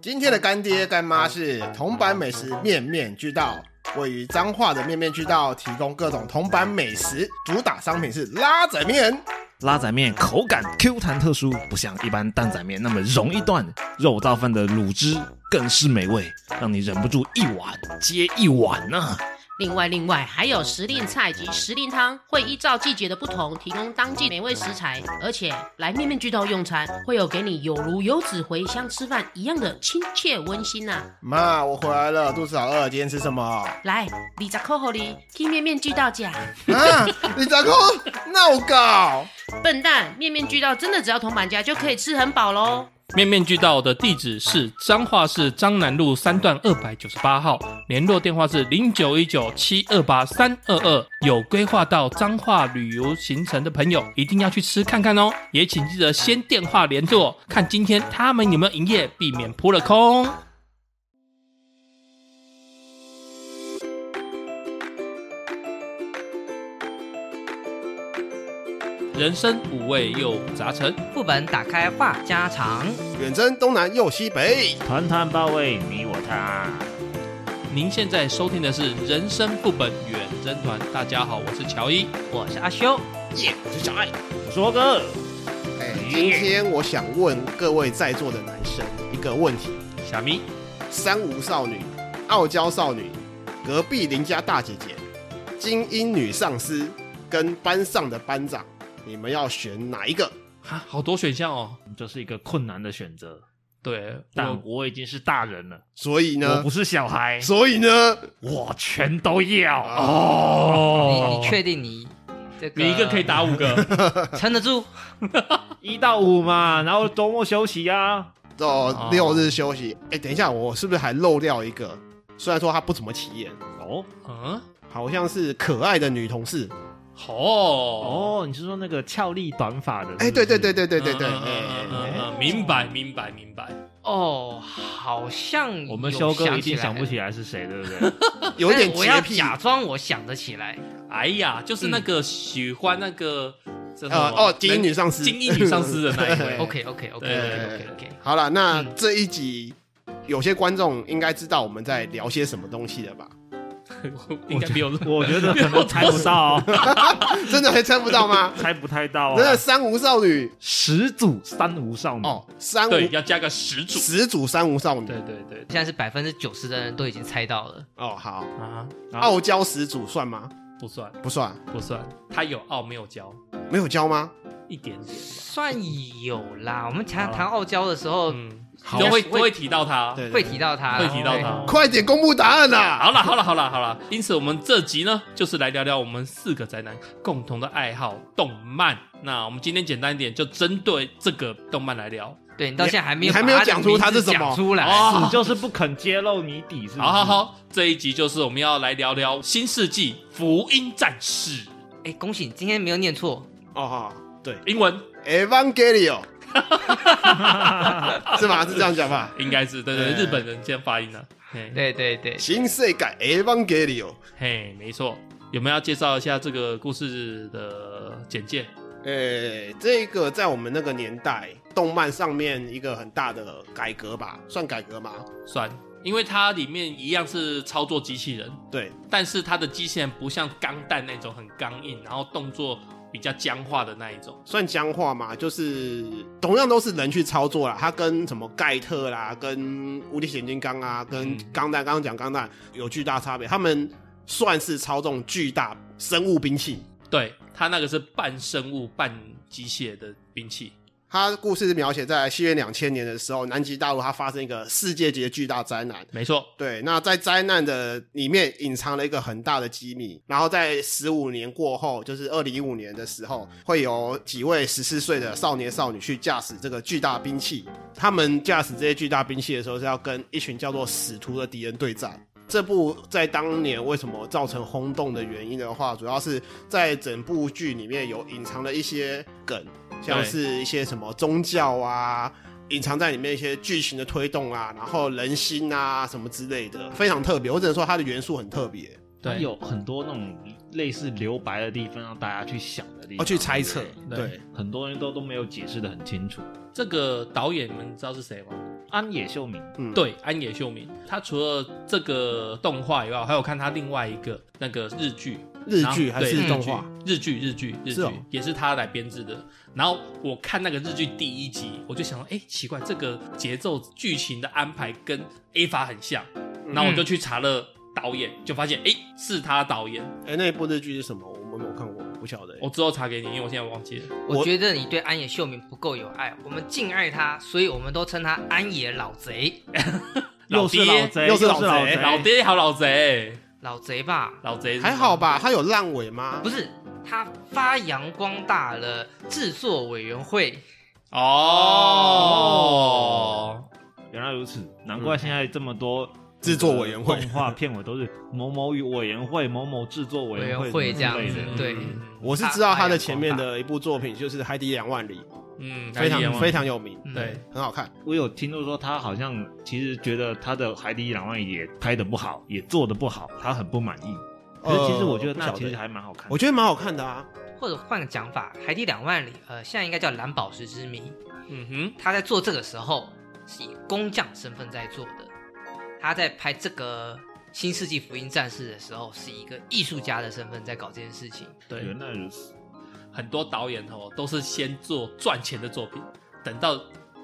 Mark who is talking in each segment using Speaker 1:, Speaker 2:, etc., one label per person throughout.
Speaker 1: 今天的干爹干妈是铜板美食面面俱到，位于彰化的面面俱到提供各种铜板美食，主打商品是拉仔面。
Speaker 2: 拉仔面口感 Q 弹特殊，不像一般蛋仔面那么容易断，肉燥饭的卤汁更是美味，让你忍不住一碗接一碗呢、
Speaker 3: 另外，另外还有时令菜及时令汤，会依照季节的不同提供当季美味食材，而且来面面俱到用餐，会有给你有如游子回乡吃饭一样的亲切温馨呐、
Speaker 1: 妈，我回来了，肚子好饿，今天吃什么？啊，
Speaker 3: 来，你在扣后里去面面俱到家，
Speaker 1: 你咋个闹搞？
Speaker 3: 笨蛋，面面俱到真的只要同板价就可以吃很饱喽。
Speaker 4: 面面俱到的地址是彰化市彰南路三段二百九十八号，联络电话是零九一九七二八三二二。有规划到彰化旅游行程的朋友，一定要去吃看看哦。也请记得先电话联络，看今天他们有没有营业，避免扑了空。人生五味又杂陈。
Speaker 5: 副本打开话家常，
Speaker 1: 远征东南又西北，
Speaker 2: 团团包围你我他。
Speaker 4: 您现在收听的是《人生副本远征团》，大家好，我是乔伊。
Speaker 5: 我是阿修。
Speaker 2: 我说哥，
Speaker 1: 哎，今天我想问各位在座的男生一个问题：
Speaker 4: 小咪，
Speaker 1: 三无少女、傲娇少女、隔壁邻家大姐姐、精英女上司跟班上的班长，你们要选哪一个？
Speaker 4: 哈，好多选项哦。
Speaker 2: 这是一个困难的选择，
Speaker 4: 对，
Speaker 2: 但
Speaker 4: 我
Speaker 2: 我已经是大人了，
Speaker 1: 所以
Speaker 2: 我
Speaker 1: 呢
Speaker 2: 嗯不，是小孩，
Speaker 1: 所以呢，
Speaker 2: 我全都要
Speaker 5: 你
Speaker 2: 哦
Speaker 5: 你。确定你这个
Speaker 4: 你一个可以打五个，
Speaker 5: 撑得住？
Speaker 2: 一到五嘛，然后周末休息啊。
Speaker 1: 哦，六日休息。哎、等一下，我是不是还漏掉一个？虽然说她不怎么起眼，
Speaker 2: 哦
Speaker 4: 嗯，
Speaker 1: 好像是可爱的女同事。
Speaker 4: 好哦，
Speaker 2: 哦，你是说那个俏丽短发的？
Speaker 1: 哎、对对对
Speaker 2: 对，
Speaker 1: 对对对对，
Speaker 4: 嗯
Speaker 1: 哎
Speaker 4: 嗯嗯
Speaker 1: 哎
Speaker 4: 嗯
Speaker 1: 哎
Speaker 4: 嗯明白明白明白。
Speaker 5: 哦，好像
Speaker 2: 我们
Speaker 5: 有
Speaker 2: 修哥一
Speaker 5: 起
Speaker 2: 定
Speaker 5: 来
Speaker 2: 想不起来是谁，对不对？
Speaker 1: 哎有点
Speaker 5: 哎但我要
Speaker 1: 洁癖。
Speaker 5: 假装我想得起来。
Speaker 4: 哎呀，就是那个喜欢那个这什么
Speaker 1: 呃嗯哦，精英女上司，
Speaker 4: 精英女上司的那一 位。
Speaker 5: OK OK OK OK OK OK，
Speaker 1: 好了，那
Speaker 5: 嗯
Speaker 1: 这一集有些观众应该知道我们在聊些什么东西了吧？
Speaker 4: 应该没有，
Speaker 2: 我觉 得可 能猜不到 哦，？
Speaker 1: 真的还猜不到吗
Speaker 2: 猜不太到
Speaker 1: 真的
Speaker 2: 哦。
Speaker 1: 三无少女
Speaker 2: 始祖三无少女，
Speaker 1: 哦，三
Speaker 4: 对，
Speaker 1: 无
Speaker 4: 要加个十组。
Speaker 1: 始祖三无少女
Speaker 4: 对对对
Speaker 5: 现在是百分之九十的人都已经猜到了。
Speaker 1: 哦，好，
Speaker 4: 啊，
Speaker 2: 啊
Speaker 1: 傲娇始祖算吗？
Speaker 4: 不算
Speaker 1: 不算，
Speaker 4: 不算，他有傲没有娇，
Speaker 1: 没有娇吗？
Speaker 4: 一点点吧。
Speaker 5: 算有啦，我们谈
Speaker 2: 好啦
Speaker 5: 谈傲娇的时候
Speaker 4: 嗯，
Speaker 5: 好
Speaker 4: 都会
Speaker 5: 会
Speaker 4: 都会提到他。
Speaker 1: 对，
Speaker 5: 会
Speaker 1: 对
Speaker 5: 提到他，
Speaker 4: 啊会提到他
Speaker 5: 对
Speaker 1: 快点公布答案啊啦！
Speaker 4: 好了，好了，好了，好了。因此，我们这集呢，就是来聊聊我们四个宅男共同的爱好——动漫。那我们今天简单一点，就针对这个动漫来聊。
Speaker 5: 对你到现在还没
Speaker 1: 你
Speaker 5: 有
Speaker 1: 还没有
Speaker 5: 把他的
Speaker 1: 讲出他是
Speaker 5: 名
Speaker 1: 什
Speaker 5: 字
Speaker 1: 么
Speaker 5: 讲出来
Speaker 4: 哦
Speaker 2: 你就是不肯揭露谜底，是不是？
Speaker 4: 好好，好，这一集就是我们要来聊聊《新世纪福音战士》
Speaker 5: 哎，恭喜你今天没有念错，
Speaker 1: 哦，好，对
Speaker 4: 英文
Speaker 1: ，Evangelio，是吧？是这样讲吧？
Speaker 4: 应该是对对，
Speaker 1: 对
Speaker 4: 日本人这样发音的、嘿，
Speaker 5: 对对对，
Speaker 1: 新世界 Evangelio，
Speaker 4: 嘿，没错。有没有要介绍一下这个故事的简介？
Speaker 1: 呃、这个在我们那个年代，动漫上面一个很大的改革吧，算改革吗？
Speaker 4: 算，因为它里面一样是操作机器人，
Speaker 1: 对，
Speaker 4: 但是它的机器人不像钢弹那种很刚硬，然后动作比较僵化的那一种。
Speaker 1: 算僵化嘛，就是同样都是人去操作啦，它跟什么盖特啦、跟无敌铁金刚啊、跟
Speaker 4: 嗯
Speaker 1: 钢弹，刚刚讲钢弹有巨大差别，他们算是操纵巨大生物兵器。
Speaker 4: 对，它那个是半生物半机械的兵器。
Speaker 1: 它故事是描写在西元两千年的时候，南极大陆它发生一个世界级的巨大灾难。
Speaker 4: 没错，
Speaker 1: 对，那在灾难的里面隐藏了一个很大的机密，然后在十五年过后，就是二零一五年的时候，会有几位十四岁的少年少女去驾驶这个巨大兵器。他们驾驶这些巨大兵器的时候，是要跟一群叫做使徒的敌人对战。这部在当年为什么造成轰动的原因的话，主要是在整部剧里面有隐藏了一些梗，像
Speaker 4: 对
Speaker 1: 是一些什么宗教啊，隐藏在里面一些剧情的推动啊，然后人心啊什么之类的，非常特别。我只能说它的元素很特别。
Speaker 2: 它
Speaker 4: 对，
Speaker 2: 有很多那种类似留白的地方，让大家去想的地
Speaker 1: 哦
Speaker 2: 方，
Speaker 1: 去猜测
Speaker 2: 对不
Speaker 1: 对
Speaker 2: 对，很多人都都没有解释的很清楚。
Speaker 4: 这个导演你们知道是谁吗？
Speaker 2: 安野秀明，
Speaker 1: 嗯，，
Speaker 4: 对，安野秀明，他除了这个动画以外，我还有看他另外一个那个日剧，
Speaker 1: 日
Speaker 4: 然后
Speaker 1: 剧还
Speaker 4: 对
Speaker 1: 是
Speaker 4: 日
Speaker 1: 动
Speaker 4: 剧
Speaker 1: 画？
Speaker 4: 日剧，日剧，日
Speaker 1: 是
Speaker 4: 剧
Speaker 1: 哦
Speaker 4: 也是他来编制的。然后我看那个日剧第一集，我就想说，哎，奇怪，这个节奏剧情的安排跟 A 法很像。
Speaker 1: 嗯
Speaker 4: 然后我就去查了导演，就发现哎是他导演。
Speaker 1: 哎、那一部日剧是什么？我们没有看过，不晓得、
Speaker 4: 我之后查给你，因为我现在忘记了。
Speaker 5: 我觉得你对安野秀明不够有爱，我们敬爱他，所以我们都称他安野老贼，
Speaker 2: 又是老贼，
Speaker 1: 又是
Speaker 2: 老
Speaker 1: 老
Speaker 2: 贼，
Speaker 1: 贼
Speaker 4: 老爹好老贼，
Speaker 5: 老贼吧？
Speaker 4: 老贼是
Speaker 1: 还好吧？它有烂尾吗？
Speaker 5: 不是，他发扬光大了制作委员会，
Speaker 4: 哦。
Speaker 2: 原来如此，难怪现在这么多
Speaker 1: 制作委员会
Speaker 2: 动画片尾都是某某委员会、某某制作委员
Speaker 5: 委员会这样
Speaker 2: 之类
Speaker 5: 子
Speaker 2: 的。
Speaker 5: 对
Speaker 4: 嗯
Speaker 1: 我是知道它的前面的一部作品就是《海底两万里
Speaker 4: 嗯，》，
Speaker 1: 非
Speaker 4: 该演
Speaker 1: 常
Speaker 4: 了
Speaker 1: 非常有名，
Speaker 5: 嗯
Speaker 4: 对，
Speaker 1: 很好看。
Speaker 2: 我有听说他好像其实觉得他的《海底两万里》也拍的不好，也做的不好，他很不满意。可是其实
Speaker 1: 呃
Speaker 2: 我觉得
Speaker 4: 哦
Speaker 2: 那
Speaker 1: 不晓
Speaker 2: 其
Speaker 1: 得
Speaker 2: 实还蛮好看
Speaker 1: 我
Speaker 2: 的。
Speaker 1: 觉得蛮好看的啊。
Speaker 5: 或者换个讲法，《海底两万里》呃，现在应该叫《蓝宝石之谜》。
Speaker 4: 嗯哼，
Speaker 5: 他在做这个时候是以工匠身份在做的，他在拍这个《新世纪福音战士》的时候是一个艺术家的身份在搞这件事情。
Speaker 4: 对
Speaker 2: 原，来如此，
Speaker 4: 很多导演哦都是先做赚钱的作品，等到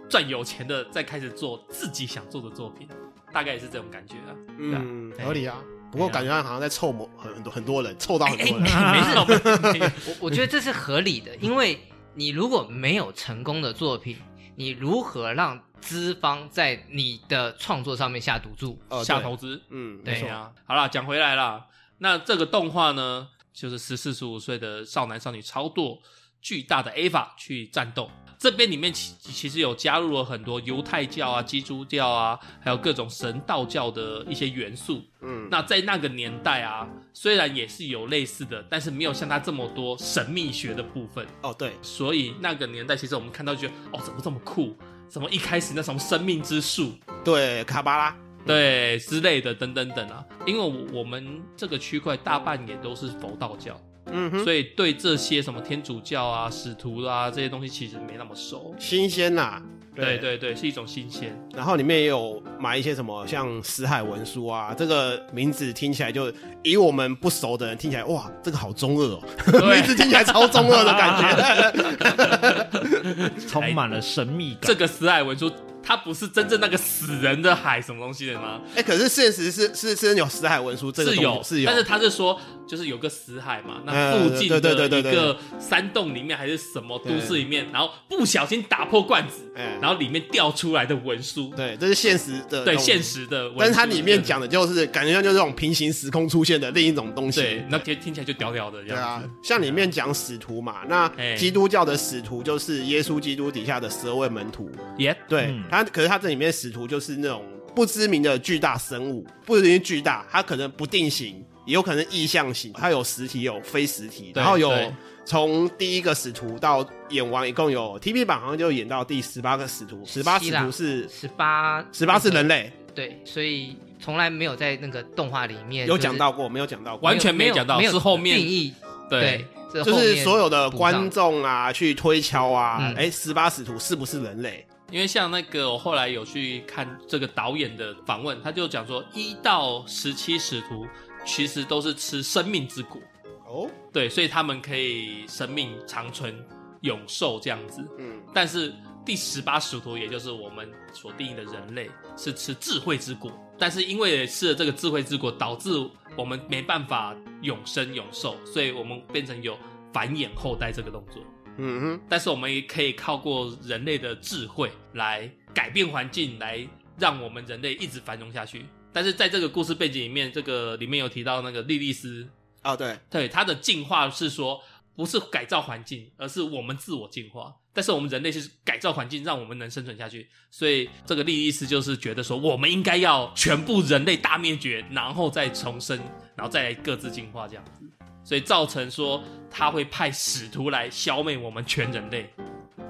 Speaker 4: 赚有钱的再开始做自己想做的作品，大概也是这种感觉 啊。
Speaker 1: 嗯，合理啊。不过感觉他好像在凑某很很多很多人，凑到很多 人。
Speaker 4: 没事我们，没事
Speaker 5: 我我觉得这是合理的，因为你如果没有成功的作品，你如何让资方在你的创作上面下赌注？
Speaker 1: 呃，
Speaker 4: 下
Speaker 1: 对
Speaker 4: 投资。
Speaker 1: 嗯，没
Speaker 4: 对啊
Speaker 1: 错
Speaker 4: 呀、好啦，讲回来啦，那这个动画呢，就是十四十五岁的少男少女超度巨大的 AVA 去战斗。这边里面其其实有加入了很多犹太教啊、基督教啊，还有各种神道教的一些元素。
Speaker 1: 嗯，
Speaker 4: 那在那个年代啊，虽然也是有类似的，但是没有像它这么多神秘学的部分。
Speaker 1: 哦对，
Speaker 4: 所以那个年代，其实我们看到就觉得，哦，怎么这么酷？怎么一开始那什么生命之树，
Speaker 1: 对卡巴拉，
Speaker 4: 对之类的等等等啊，因为我我们这个区块大半也都是佛道教，
Speaker 1: 嗯哼，
Speaker 4: 所以对这些什么天主教啊、使徒啊这些东西其实没那么熟。
Speaker 1: 新鲜呐、
Speaker 4: 对对对，是一种新鲜。
Speaker 1: 然后里面也有买一些什么像死海文书啊，这个名字听起来就以我们不熟的人听起来，哇，这个好中二哦，
Speaker 4: 对
Speaker 1: 名字听起来超中二的感觉。
Speaker 2: 充满了神秘感。
Speaker 4: 这个死海文书，它不是真正那个死人的海什么东西的吗？
Speaker 1: 哎、可是现实是是是有死海文书这个
Speaker 4: 是
Speaker 1: 东
Speaker 4: 有
Speaker 1: 西是有，
Speaker 4: 但是他是说，就是有个死海嘛，那
Speaker 1: 嗯
Speaker 4: 附近
Speaker 1: 对对对
Speaker 4: 的
Speaker 1: 对
Speaker 4: 一
Speaker 1: 对
Speaker 4: 个山洞里面还是什么都市
Speaker 1: 对
Speaker 4: 里面，然后不小心打破罐子，
Speaker 1: 哎
Speaker 4: 然后里面掉出来的文书，
Speaker 1: 对，这是现实的
Speaker 4: 对
Speaker 1: 东西
Speaker 4: 现，实的文书，
Speaker 1: 但是它里面讲的就是感觉像就是这种平行时空出现的另一种东西。
Speaker 4: 对，那听听起来就屌屌的这
Speaker 1: 对
Speaker 4: 样
Speaker 1: 啊
Speaker 4: 子。，
Speaker 1: 像里面讲使徒嘛，那
Speaker 4: 哎
Speaker 1: 基督教的使徒就是耶稣基督底下的十二位门徒。
Speaker 4: 耶、
Speaker 1: 对、
Speaker 2: 嗯
Speaker 1: 他，可是他这里面使徒就是那种不知名的巨大生物，不知名巨大，它可能不定型，也有可能意象型，它有实体有非实体，
Speaker 4: 对
Speaker 1: 然后有
Speaker 4: 对
Speaker 1: 从第一个使徒到演完一共有 TV 版好像就演到第十八个使徒，十八使徒是
Speaker 5: 十八，
Speaker 1: 十八是人类，
Speaker 5: 对，所以从来没有在那个动画里面
Speaker 1: 有
Speaker 5: 就是
Speaker 1: 讲到过没有讲到过？
Speaker 4: 完全没
Speaker 5: 有
Speaker 4: 讲到
Speaker 5: 没有
Speaker 4: 是后面
Speaker 5: 定义
Speaker 4: 对，，
Speaker 5: 这
Speaker 1: 就
Speaker 5: 后
Speaker 1: 是
Speaker 5: 面
Speaker 1: 所有的
Speaker 5: 补上
Speaker 1: 观众啊，去推敲啊
Speaker 5: 嗯，
Speaker 1: 哎、十八使徒是不是人类？
Speaker 4: 因为像那个我后来有去看这个导演的访问，他就讲说一到十七使徒其实都是吃生命之果，
Speaker 1: 哦，
Speaker 4: 对，所以他们可以生命长存、永寿这样子。
Speaker 1: 嗯，
Speaker 4: 但是第十八使徒，也就是我们所定义的人类，是吃智慧之果。但是因为吃了这个智慧之果，导致我们没办法永生永寿，所以我们变成有繁衍后代这个动作。
Speaker 1: 嗯哼。
Speaker 4: 但是我们也可以靠过人类的智慧来改变环境，来让我们人类一直繁荣下去。但是在这个故事背景里面，这个里面有提到那个莉莉丝，
Speaker 1: 哦，对，
Speaker 4: 对它的进化是说不是改造环境，而是我们自我进化。但是我们人类是改造环境，让我们能生存下去。所以这个利益斯就是觉得说，我们应该要全部人类大灭绝，然后再重生，然后再来各自进化这样子。所以造成说他会派使徒来消灭我们全人类。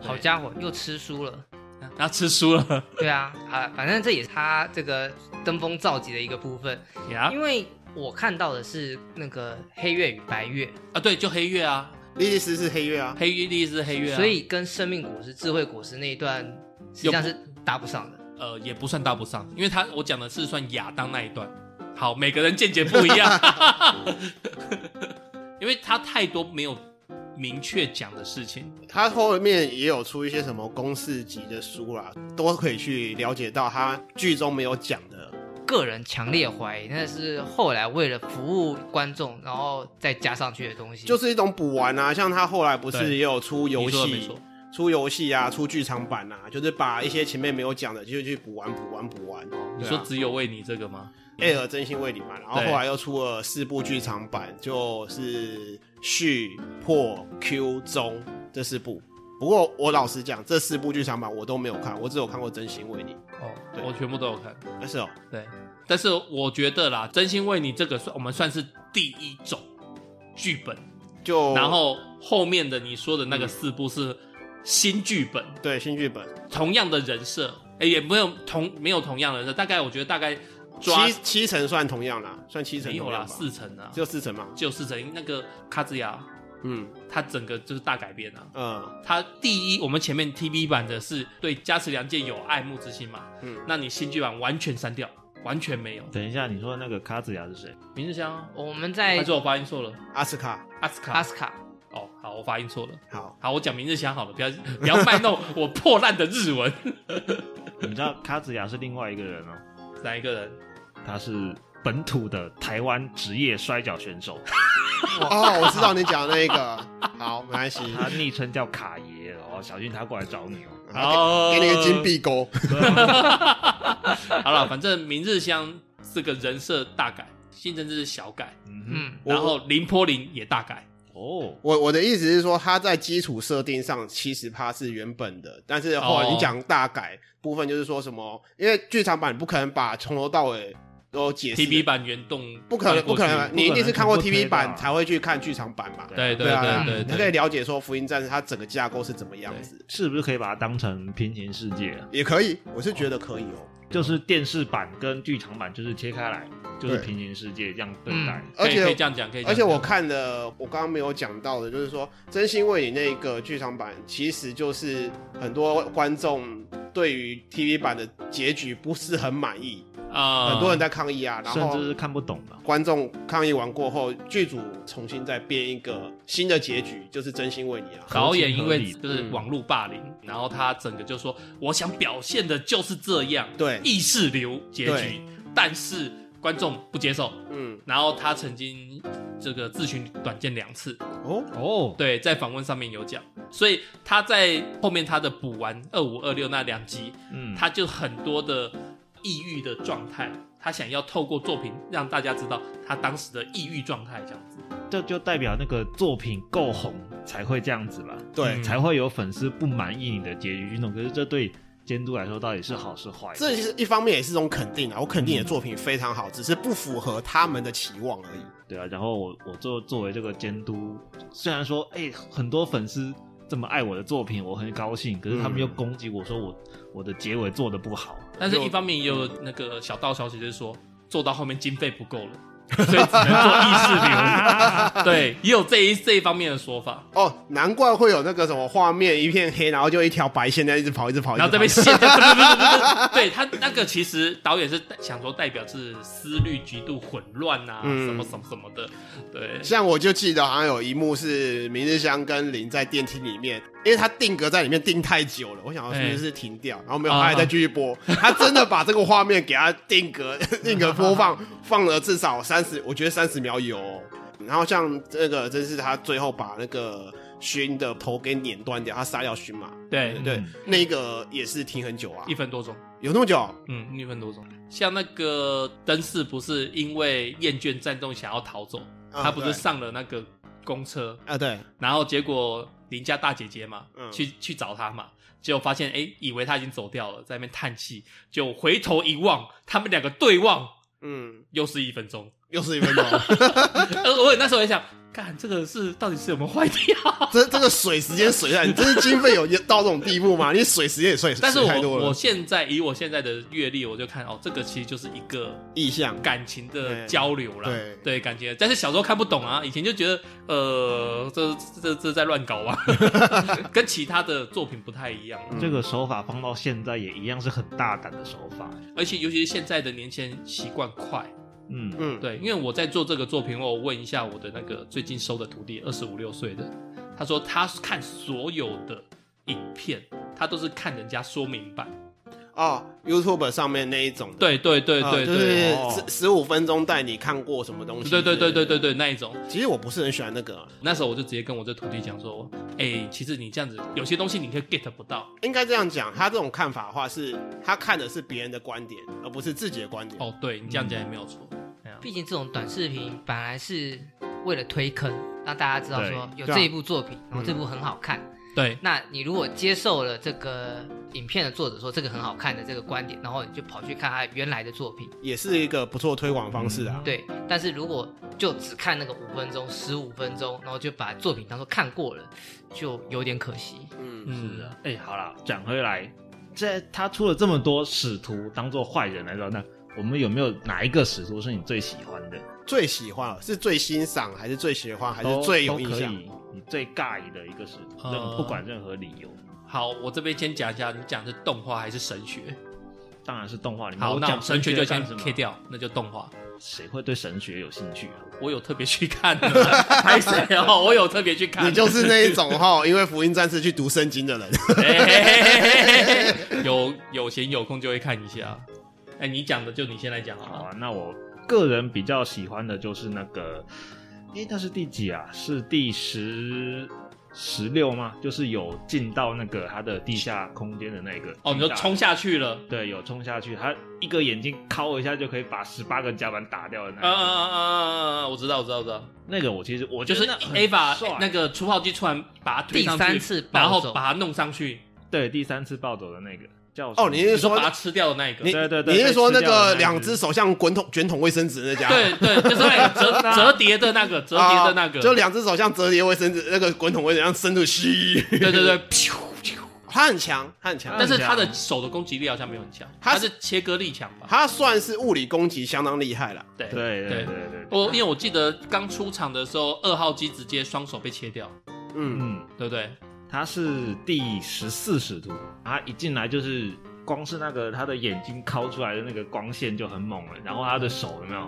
Speaker 5: 好家伙，又吃书了。
Speaker 4: 伙，他吃书了
Speaker 5: 对啊，啊，反正这也是他这个登峰造极的一个部分，
Speaker 4: 呀
Speaker 5: 因为我看到的是那个黑月与白月，
Speaker 4: 啊！对，就黑月啊，
Speaker 1: 莉莉丝是黑月啊，
Speaker 4: 黑月利益是黑月啊。
Speaker 5: 所以跟生命果实、智慧果实那一段实际上是搭不上的。
Speaker 4: 呃，也不算搭不上，因为他我讲的是算亚当那一段。好，每个人见解不一样， 因为他太多没有明确讲的事情。
Speaker 1: 他后面也有出一些什么公式级的书啦，都可以去了解到他剧中没有讲的。
Speaker 5: 个人强烈怀疑那是后来为了服务观众，然后再加上去的东西。
Speaker 1: 就是是一种补完啊，像他后来不是
Speaker 4: 对
Speaker 1: 也有出游
Speaker 4: 你说的没
Speaker 1: 戏
Speaker 4: 错，
Speaker 1: 出游戏啊，出剧场版啊，就是把一些前面没有讲的，就去补完、补完、补完。
Speaker 4: 你
Speaker 1: 对啊
Speaker 4: 说只有为你这个吗？
Speaker 1: 艾尔真心为你嘛，然后
Speaker 4: 对
Speaker 1: 后来又出了四部剧场版，就是续破 Q 中这四部。不过我老实讲，这四部剧场版我都没有看，我只有看过《真心为你》。
Speaker 4: 哦，
Speaker 1: 对
Speaker 4: 我全部都有看。
Speaker 1: 但是哦，
Speaker 4: 对，但是我觉得啦，真心为你这个算我们算是第一种剧本，
Speaker 1: 就
Speaker 4: 然后后面的你说的那个四部是新剧本，
Speaker 1: 对新剧本
Speaker 4: 同样的人设，哎，也没有同没有同样的人设，大概我觉得大概抓
Speaker 1: 七七成算同样啦，算七成
Speaker 4: 没有
Speaker 1: 同样
Speaker 4: 啦，
Speaker 1: 吧
Speaker 4: 四成啊，
Speaker 1: 只有四成嘛。
Speaker 4: 就四成。那个卡兹雅，
Speaker 1: 嗯
Speaker 4: 他整个就是大改变啊。
Speaker 1: 嗯，
Speaker 4: 他第一，我们前面 TV 版的是对加持良介有爱慕之心嘛，嗯
Speaker 1: 嗯，
Speaker 4: 那你新剧版完全删掉，完全没有。
Speaker 2: 等一下，你说那个卡子牙是谁？
Speaker 4: 明日香啊，
Speaker 5: 我们
Speaker 4: 还
Speaker 5: 在
Speaker 4: 是我发音错了？
Speaker 1: 阿斯卡
Speaker 4: 阿斯卡
Speaker 5: 阿，斯卡，
Speaker 4: 哦，好，我发音错了。
Speaker 1: 好，
Speaker 4: 好，我讲明日香好了，不要不要卖弄我破烂的日 文。
Speaker 2: 你知道卡子牙是另外一个人哦，
Speaker 4: 哪一个人？
Speaker 2: 他是本土的台湾职业摔跤选手，
Speaker 1: 哦，我知道你讲的那个，好，没关 系，
Speaker 2: 他昵称叫卡爷哦，小心他过来找你哦。
Speaker 4: 哦
Speaker 1: 给给你个金币钩，
Speaker 4: 好了，反正明日香这个人设大改，新政治是小改，
Speaker 2: 嗯
Speaker 5: 嗯，
Speaker 1: 我
Speaker 4: 然后林坡林也大改。
Speaker 2: 哼，哦，
Speaker 1: 我我的意思是说，它在基础设定上七十趴是原本的，但是后来
Speaker 4: 哦
Speaker 1: 你讲大改部分，就是说什么，因为剧场版不可能把从头到尾都解释
Speaker 4: TV 版原动
Speaker 1: 不可能，
Speaker 4: 翻过
Speaker 1: 不
Speaker 4: 去
Speaker 1: 可能，你一定是看过 TV 版
Speaker 2: 不可能全部推到
Speaker 1: 才会去看剧场版嘛。
Speaker 4: 对对
Speaker 1: 对啊
Speaker 4: 对
Speaker 1: 你
Speaker 4: 对
Speaker 1: 可以
Speaker 4: 对，
Speaker 1: 了解说《福音战士》它整个架构是怎么样子，
Speaker 2: 是不是可以把它当成平行世界啊？
Speaker 1: 也可以，我是觉得可以哦。
Speaker 2: 就是电视版跟剧场版就是切开来，就是
Speaker 1: 对
Speaker 2: 平行世界这样对待。
Speaker 1: 而
Speaker 4: 可以可以
Speaker 1: 且
Speaker 4: 这样讲，可以这
Speaker 1: 而
Speaker 4: 样
Speaker 1: 且
Speaker 4: 讲。
Speaker 1: 我看了，我刚刚没有讲到的，就是说《真心为你》那个剧场版，其实就是很多观众对于 TV 版的结局不是很满意，
Speaker 4: 啊，
Speaker 1: 很多人在抗议啊，然
Speaker 2: 甚
Speaker 1: 后
Speaker 2: 至是看不懂吧？
Speaker 1: 观众抗议完过后，剧组重新再编一个新的结局，就是《真心为你》啊。
Speaker 4: 导演因
Speaker 2: 合
Speaker 4: 为
Speaker 2: 情
Speaker 4: 就是
Speaker 1: 嗯
Speaker 4: 网络霸凌，然后他整个就说，我想表现的就是这样，
Speaker 1: 对，
Speaker 4: 意识流结局
Speaker 1: 对，
Speaker 4: 但是观众不接受。
Speaker 1: 嗯，
Speaker 4: 然后他曾经这个自寻短见两次，
Speaker 1: 哦，
Speaker 2: 哦，
Speaker 4: 对，在访问上面有讲，所以他在后面他的补完二五二六那两集，
Speaker 2: 嗯，
Speaker 4: 他就很多的抑郁的状态，他想要透过作品让大家知道他当时的抑郁状态这样子。
Speaker 2: 这就代表那个作品够红才会这样子吧？
Speaker 1: 对，
Speaker 4: 嗯
Speaker 2: 才会有粉丝不满意你的结局运动。可是这对监督来说到底是好是坏？
Speaker 1: 这其实一方面也是一种肯定啊，我肯定你的作品非常好，只是不符合他们的期望而已。
Speaker 2: 对啊。然后我我作作为这个监督，虽然说哎、很多粉丝这么爱我的作品，我很高兴，可是他们又攻击我说我我的结尾做的不 好。
Speaker 4: 但是
Speaker 1: 就
Speaker 4: 一方面也有那个小道消息，就是说做到后面经费不够了， 所以只能 做意识流。对，也有这一这一方面的说法。
Speaker 1: 哦，难怪会有那个什么画面一片黑，然后就一条白线在一直跑，一直跑，
Speaker 4: 然后这边
Speaker 1: 一直
Speaker 4: 写，对他那个其实导演是想说代表是思虑极度混乱啊，
Speaker 1: 嗯
Speaker 4: 什么什么什么的，对
Speaker 1: 跑。像我就记得好像有一幕是明日香跟林在电梯里面，因为他定格在里面定太久了，我想要是不是停掉，然后没有，
Speaker 4: 啊
Speaker 1: 他还在继续 播，他真的把这个画面给他定格 定格播放，放了至少三十，我觉得三十秒有哦、然后像这个，真是他最后把那个勋的头给碾断掉，他杀掉勋嘛，
Speaker 4: 对
Speaker 1: 对，
Speaker 2: 嗯
Speaker 1: 那个也是停很久啊
Speaker 4: 一，分多钟，
Speaker 1: 有那么久？啊
Speaker 4: 嗯，一分多钟。像那个灯饰不是因为厌倦战斗想要逃走，
Speaker 1: 啊
Speaker 4: 他不是
Speaker 1: 对
Speaker 4: 上了那个公车，
Speaker 1: 啊，对，
Speaker 4: 然后结果邻家大姐姐嘛，
Speaker 1: 嗯
Speaker 4: 去去找他嘛，结果发现哎、诶以为他已经走掉了，在那边叹气，就回头一望，他们两个对望，
Speaker 1: 嗯，
Speaker 4: 又是一分钟。
Speaker 1: 又是一分钟。
Speaker 4: 呃，我那时候也想，看这个是到底是有没有 坏掉？
Speaker 1: 这这个水时间水太，你真是经费有到这种地步吗？你水时间也水，
Speaker 4: 但是
Speaker 1: 水太多
Speaker 4: 我我
Speaker 1: 了。
Speaker 4: 现在以我现在的阅历，我就看哦，这个其实就是一个
Speaker 1: 意向
Speaker 4: 感情的
Speaker 1: 对
Speaker 4: 交流啦，
Speaker 1: 对
Speaker 4: 感情的。但是小时候看不懂啊，以前就觉得呃，这这这在 乱搞吧，跟其他的作品不太一样。啊
Speaker 1: 嗯
Speaker 2: 这个手法放到现在也一样是很大胆的手法。
Speaker 4: 而且尤其是现在的年轻人习惯快，
Speaker 2: 嗯，
Speaker 1: 嗯，
Speaker 4: 对，因为我在做这个作品，我有问一下我的那个最近收的徒弟，二十五六岁的，他说他看所有的影片，他都是看人家说明白。
Speaker 1: 哦，YouTube 上面那一种的，
Speaker 4: 对对对
Speaker 1: 呃
Speaker 4: 对
Speaker 1: 就
Speaker 4: 对。哦
Speaker 1: 是十十五分钟带你看过什么东西。
Speaker 4: 对对对对对，对，那一种，
Speaker 1: 其实我不是很喜欢那个啊，
Speaker 4: 那时候我就直接跟我这徒弟讲说，哎、其实你这样子，有些东西你可以 get 不到
Speaker 1: 应该这样讲，他这种看法的话是，他看的是别人的观点，而不是自己的观点。
Speaker 4: 哦。对你这样讲也没有错，哎呀
Speaker 5: 嗯毕竟这种短视频本来是为了推坑，让大家知道说有这一部作品，然后这部很好看。
Speaker 4: 对
Speaker 5: 那你如果接受了这个影片的作者说这个很好看的这个观点，然后你就跑去看他原来的作品，
Speaker 1: 也是一个不错的推广方式啊。
Speaker 5: 对。但是如果就只看那个五分钟、十五分钟，然后就把作品当做看过了，就有点可惜。
Speaker 1: 嗯，
Speaker 4: 嗯，
Speaker 2: 哎、好啦，转回来，这他出了这么多使徒当做坏人来说，那我们有没有哪一个使徒是你最喜欢的？
Speaker 1: 最喜欢啊是最欣赏，还是最喜欢，还
Speaker 2: 都
Speaker 4: 哦
Speaker 1: 是最有
Speaker 2: 都
Speaker 1: 印
Speaker 2: 可
Speaker 1: 象？
Speaker 2: 以，你最尬意的一个使徒，任、
Speaker 4: 呃
Speaker 2: 不管任何理由，
Speaker 4: 好，我这边先讲一下，你讲的是动画还是神学？
Speaker 2: 当然是动画里面。
Speaker 4: 好，
Speaker 2: 我
Speaker 4: 那
Speaker 2: 讲
Speaker 4: 神学就先
Speaker 2: 干什么
Speaker 4: K。掉，那就动画。
Speaker 2: 谁会对神学有兴趣啊？
Speaker 4: 我有特别去看的啦，拍谁哦？我有特别去看，
Speaker 1: 你就是那一种哈，因为福音战士去读圣经的人。
Speaker 4: 嘿嘿嘿嘿嘿有有闲有空就会看一下。哎，你讲的就你先来讲好
Speaker 2: 好
Speaker 4: 了。
Speaker 2: 啊，那我个人比较喜欢的就是那个，诶，那是第几啊？是第十十六吗？就是有进到那个它的地下空间的那个。
Speaker 4: 哦，你就冲。下去了。
Speaker 2: 对，有冲下去，他一个眼睛敲一下就可以把十八个甲板打掉的那
Speaker 4: 啊啊
Speaker 2: 个。
Speaker 4: 啊啊啊！啊我知道，我知道，我知道，
Speaker 2: 那个我其实嗯我
Speaker 4: 就
Speaker 2: 觉
Speaker 4: 是
Speaker 2: 得那很
Speaker 4: A 把
Speaker 2: 帅
Speaker 4: 那个除泡机突然把它推上去，
Speaker 5: 第三次暴走
Speaker 4: 然后把它弄上去，
Speaker 2: 对第三次暴走的那个叫什么
Speaker 1: 哦，你是
Speaker 4: 就
Speaker 1: 说
Speaker 4: 把它吃掉的那一个
Speaker 1: 你。
Speaker 2: 对对对
Speaker 1: 你是说那
Speaker 2: 被吃掉的那
Speaker 1: 个
Speaker 2: 一只
Speaker 1: 两只手像滚筒卷筒卫生纸那家？
Speaker 4: 对对，就是那个折折叠的那个，折叠的那
Speaker 1: 哦
Speaker 4: 个，
Speaker 1: 就两只手像折叠卫生纸，那个滚筒卫生纸伸出去。
Speaker 4: 对对对，噗噗
Speaker 1: 他很强，他很强，
Speaker 4: 但是他的手的攻击力好像没有很强，
Speaker 1: 他
Speaker 4: 他
Speaker 1: 是
Speaker 4: 是切割力强吧？
Speaker 1: 他算是物理攻击相当厉害了。
Speaker 4: 对
Speaker 2: 对对对对
Speaker 4: 对。
Speaker 2: 对，
Speaker 4: 我因为我记得刚出场的时候，二号机直接双手被切掉，
Speaker 1: 嗯，
Speaker 2: 嗯，
Speaker 4: 对不对？
Speaker 2: 他是第十四使徒，他一进来就是光是那个他的眼睛敲出来的那个光线就很猛了，然后他的手有没有？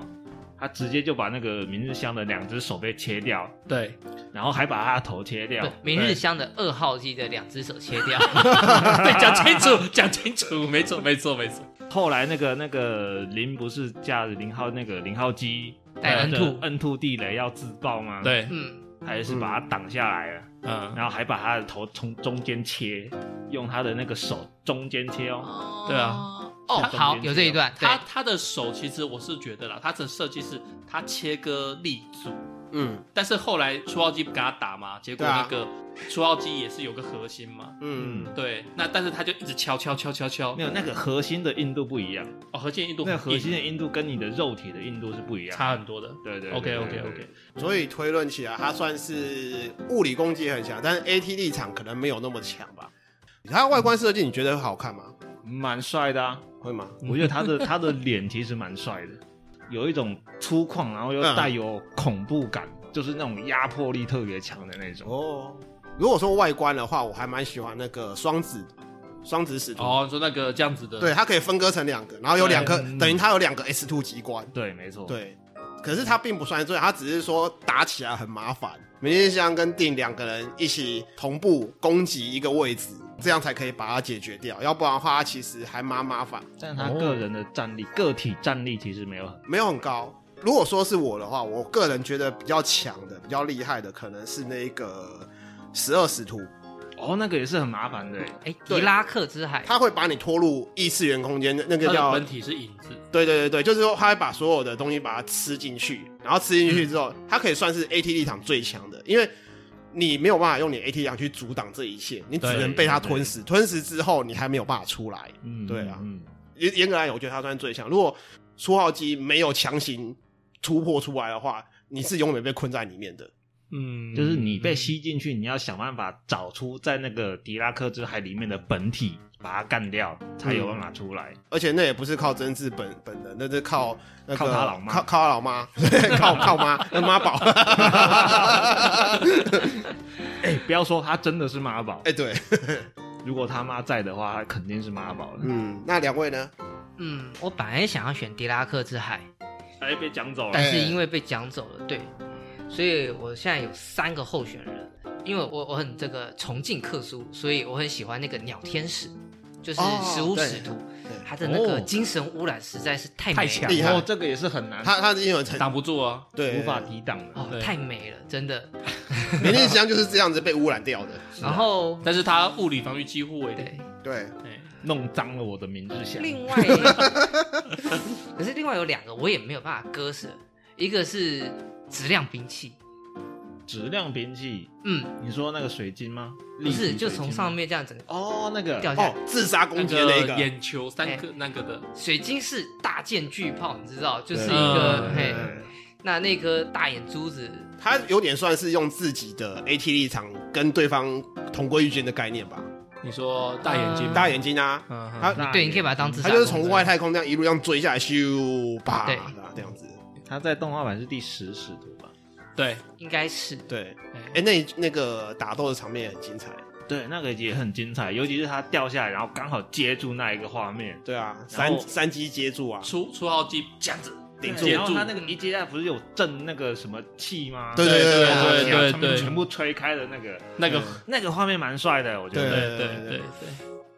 Speaker 2: 他直接就把那个明日香的两只手被切掉，
Speaker 4: 对，
Speaker 2: 然后还把他的头切掉
Speaker 5: 对。，明日
Speaker 2: 对
Speaker 5: 香的二号机的两只手切 掉，
Speaker 4: 对，讲清楚， 讲清楚，没错，没错，没错。
Speaker 2: 后来那个那个林不是驾着零号那个零号机呃
Speaker 5: 带 N 兔
Speaker 2: N 兔地雷要自爆吗？，
Speaker 4: 对，
Speaker 5: 嗯，
Speaker 2: 还是把它挡下来了，
Speaker 4: 嗯，
Speaker 2: 然后还把他的头从中间切，用他的那个手中间切哦。
Speaker 4: 对啊。
Speaker 5: 哦，
Speaker 2: 他
Speaker 5: 好，有这一段，对
Speaker 4: 他他的手其实我是觉得啦，他的设计是他切割力足，
Speaker 1: 嗯
Speaker 4: 但是后来初号机不给他打嘛，结果
Speaker 1: 对啊
Speaker 4: 那个初号机也是有个核心嘛，
Speaker 1: 嗯，
Speaker 4: 对，那但是他就一直敲敲敲敲敲
Speaker 2: 没，有那个核心的硬度不一样，
Speaker 4: 哦，核心硬度
Speaker 2: 那
Speaker 4: 很
Speaker 2: 个核心的
Speaker 4: 硬
Speaker 2: 硬度跟你的肉体的硬度是不一样。
Speaker 4: 差很多的。
Speaker 2: 对对
Speaker 4: OK OK OK，
Speaker 1: 所以推论起来，他算是物理攻击很强，但是 AT 立场可能没有那么强吧。他的外观设计你觉得好看吗？
Speaker 2: 蛮帅的啊！
Speaker 1: 会吗？
Speaker 2: 我觉得他的他的脸其实蛮帅的，有一种粗犷，然后又
Speaker 1: 嗯
Speaker 2: 带有恐怖感，就是那种压迫力特别强的那种。
Speaker 1: 哦，如果说外观的话，我还蛮喜欢那个双子双子使徒，
Speaker 4: 哦，你说那个这样子的，
Speaker 1: 对，它可以分割成两个，然后有两颗
Speaker 2: 对，嗯哦
Speaker 1: 等于它有两个 S two 机关，
Speaker 2: 对，没错。，
Speaker 1: 对。可是它并不算罪，它只是说打起来很麻烦。明日香跟定两个人一起同步攻击一个位置，这样才可以把它解决掉。要不然的话，它其实还蛮麻烦，
Speaker 2: 但他个人的战力、个体战力其实没有很。
Speaker 1: 没有很高。如果说是我的话，我个人觉得比较强的、比较厉害的，可能是那个十二使徒，
Speaker 2: 哦，那个也是很麻烦的。欸
Speaker 5: 哎，
Speaker 1: 对
Speaker 5: 狄拉克之海，
Speaker 1: 他会把你拖入异次元空间，那那个
Speaker 4: 它
Speaker 1: 叫
Speaker 4: 的本体是影子，
Speaker 1: 对对对对，就是说他会把所有的东西把它吃进去，然后吃进去之后，它可以算是 AT 立场最强的，因为你没有办法用你 AT 立场去阻挡这一切，你只
Speaker 4: 对
Speaker 1: 能被它吞噬，吞噬之后你还没有办法出来。
Speaker 2: 嗯，
Speaker 1: 对啊
Speaker 2: 嗯，
Speaker 1: 严严格来讲，我觉得它算最强。如果初号机没有强行突破出来的话，你是永远被困在里面的。
Speaker 4: 嗯，
Speaker 2: 就是你被吸进去，你要想办法找出在那个狄拉克之海里面的本体，把它干掉，才有办法出来。
Speaker 1: 而且那也不是靠真治本本人，那是靠那个
Speaker 2: 靠他老妈
Speaker 1: 靠靠他老妈， 靠靠妈，那妈宝。
Speaker 2: 哎、不要说他真的是妈宝，
Speaker 1: 哎，对，
Speaker 2: 如果他妈在的话，他肯定是妈宝的。
Speaker 1: 嗯，那两位呢？
Speaker 5: 嗯，我本来想要选狄拉克之海，
Speaker 2: 哎、被讲走了
Speaker 5: 但。是因为被讲走了，对，所以我现在有三个候选人，因为我我很这个崇敬克苏，所以我很喜欢那个鸟天使，就是
Speaker 1: 哦
Speaker 5: 食物
Speaker 1: 对
Speaker 5: 使徒，
Speaker 1: 对
Speaker 5: 他的那个
Speaker 2: 哦
Speaker 5: 精神污染实在是太
Speaker 4: 太
Speaker 5: 美
Speaker 4: 强
Speaker 5: 了
Speaker 1: 厉害
Speaker 2: 哦，这个也是很难，
Speaker 1: 他他是因为成
Speaker 4: 挡不住啊。
Speaker 1: 对
Speaker 2: 无法抵挡的。
Speaker 5: 哦
Speaker 4: 对，
Speaker 5: 太美了，真的。
Speaker 1: 明令香就是这样子被污染掉的。
Speaker 5: 然后
Speaker 4: 但是他物理防御几乎为零。
Speaker 5: 对，
Speaker 1: 对，
Speaker 4: 哎
Speaker 2: 弄脏了我的明日香。
Speaker 5: 另外，可是另外有两个我也没有办法割舍，一个是质量兵器，
Speaker 2: 质量兵器，
Speaker 5: 嗯，
Speaker 2: 你说那个水晶吗？
Speaker 5: 不
Speaker 2: 立体水
Speaker 5: 是
Speaker 2: 晶
Speaker 5: 就从上面这样整个
Speaker 2: 哦，那个
Speaker 5: 掉下来。
Speaker 1: 哦，自杀攻
Speaker 4: 那
Speaker 1: 击的那个，
Speaker 4: 个眼球三个那个的，
Speaker 5: 水晶是大箭巨炮，你知道，就是一
Speaker 2: 对
Speaker 5: 个
Speaker 4: 嗯
Speaker 5: 嘿
Speaker 1: 对，
Speaker 5: 那那颗大眼珠子，
Speaker 1: 他有点算是用自己的 AT 立场跟对方同归于尽的概念吧。
Speaker 4: 你说大眼睛，
Speaker 5: 嗯
Speaker 1: 大眼睛啊，
Speaker 4: 嗯，嗯，
Speaker 1: 他
Speaker 2: 那
Speaker 5: 对，你可以把它当自
Speaker 1: 他
Speaker 5: 杀。
Speaker 1: 就是从外太空这样一路这样追下来，咻吧
Speaker 5: 对
Speaker 1: 这样子。
Speaker 2: 他在动画版是第十使徒吧？
Speaker 4: 对，
Speaker 5: 应该是
Speaker 1: 对，
Speaker 4: 哎
Speaker 1: 哎，那那个打斗的场面也很精彩。
Speaker 2: 对，那个也很精彩，尤其是他掉下来，然后刚好接住那一个画面，
Speaker 1: 对啊，
Speaker 2: 然
Speaker 1: 三
Speaker 2: 后
Speaker 1: 三击接住啊，
Speaker 4: 出出号机这样子，
Speaker 1: 顶住
Speaker 2: 对。然后他
Speaker 4: 住
Speaker 2: 那个一接下来不是有震那个什么气吗？
Speaker 1: 对对对对
Speaker 2: 然后
Speaker 1: 对
Speaker 4: 对
Speaker 2: 全
Speaker 4: 对
Speaker 2: 部
Speaker 4: 对
Speaker 2: 全部吹开的那个
Speaker 4: 那个
Speaker 2: 那个画面蛮帅的，我觉
Speaker 4: 对
Speaker 2: 得。
Speaker 4: 对对对对，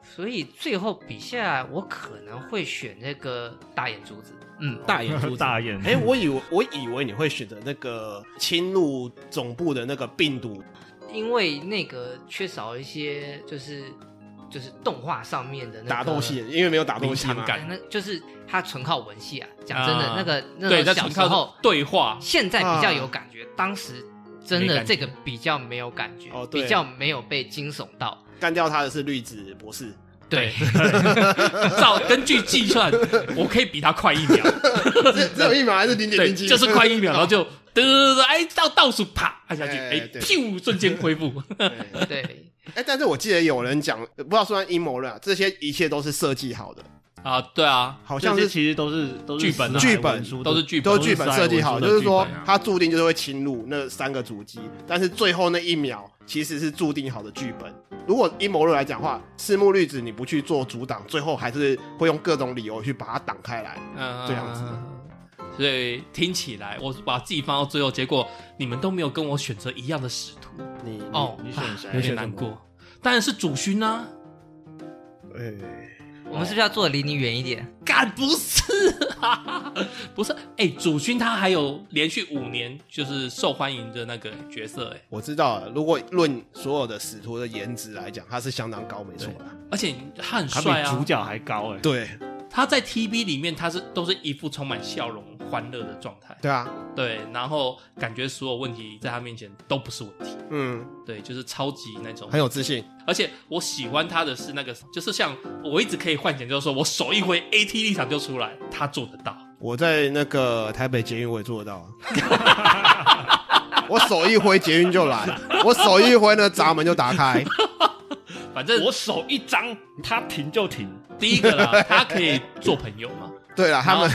Speaker 5: 所以最后比下来，我可能会选那个大眼珠子。嗯，
Speaker 4: 大眼珠子
Speaker 2: 大眼，
Speaker 1: 哎，我以为我以为你会选择那个侵入总部的那个病毒，
Speaker 5: 嗯因为那个缺少一些就是就是动画上面的那个
Speaker 1: 打斗戏，，因为没有打斗戏
Speaker 4: 临
Speaker 1: 嘛
Speaker 4: 场。
Speaker 5: 哎
Speaker 4: 感
Speaker 5: 那就是它纯靠文戏啊。讲真的
Speaker 4: 啊，
Speaker 5: 那个那
Speaker 4: 对，
Speaker 5: 个
Speaker 4: 在
Speaker 5: 小
Speaker 4: 纯
Speaker 5: 时
Speaker 4: 靠
Speaker 5: 候，
Speaker 4: 对话，
Speaker 5: 现在比较有感觉，当时真的这个比较没有感觉，
Speaker 1: 哦对
Speaker 5: 比较没有被惊悚到。
Speaker 1: 干掉他的是绿子博士，
Speaker 5: 对，
Speaker 4: 照根据计算，我可以比他快一秒，
Speaker 1: 这这有一秒还是零点
Speaker 4: 对，
Speaker 1: 零几？
Speaker 4: 就是快一秒，然后就得哎到倒数啪按下去，
Speaker 1: 哎
Speaker 4: 哎
Speaker 1: 对
Speaker 4: 咻瞬间恢复，
Speaker 1: 对
Speaker 5: 对，
Speaker 1: 哎，但是我记得有人讲，不知道算不算阴谋论啊，这些一切都是设计好的，
Speaker 4: 啊，对啊，
Speaker 1: 好
Speaker 2: 好
Speaker 1: 像是
Speaker 2: 其实都是都是
Speaker 4: 剧本啊
Speaker 1: 剧本
Speaker 4: 都是剧本
Speaker 1: 都是
Speaker 4: 都
Speaker 1: 剧本设计好，
Speaker 2: 的
Speaker 1: 就是说
Speaker 2: 剧本啊
Speaker 1: 它注定就是会侵入那三个主机，但是最后那一秒其实是注定好的剧本。如果阴谋论来讲的话，赤木绿子你不去做阻挡，最后还是会用各种理由去把它挡开来。
Speaker 4: 嗯
Speaker 1: 这样子。
Speaker 4: 所以听起来，我把自己放到最后，结果你们都没有跟我选择一样的使徒，
Speaker 1: 你
Speaker 5: 哦，
Speaker 2: 你
Speaker 1: 啊
Speaker 2: 选谁？
Speaker 4: 有点难过。当然是主勋啊，
Speaker 1: 哎，
Speaker 5: 我们是不是要坐的离你远一点？
Speaker 4: 干不是啊， 不是，哎、主勋他还有连续五年就是受欢迎的那个角色、哎，
Speaker 1: 我知道了。如果论所有的使徒的颜值来讲，他是相当高，没错啦。
Speaker 4: 而且他很
Speaker 2: 他
Speaker 4: 帅
Speaker 2: 比主
Speaker 4: 啊，
Speaker 2: 角还高哎。
Speaker 1: 对
Speaker 4: 他在 TB 里面他是都是一副充满笑容、欢乐的状态，
Speaker 1: 对啊，
Speaker 4: 对，然后感觉所有问题在他面前都不是问题，
Speaker 1: 嗯，
Speaker 4: 对，就是超级那种
Speaker 1: 很有自信。
Speaker 4: 而且我喜欢他的是那个，就是像我一直可以幻想，就是说我手一挥，AT 立场就出来，他做得到。
Speaker 1: 我在那个台北捷运我也做得 到啊，我手一挥捷运就来，我手一挥呢闸门就打开。
Speaker 4: 反正
Speaker 2: 我手一张，他停就停。
Speaker 4: 第一个 啦，他可以做朋友嘛，
Speaker 1: 对了，他们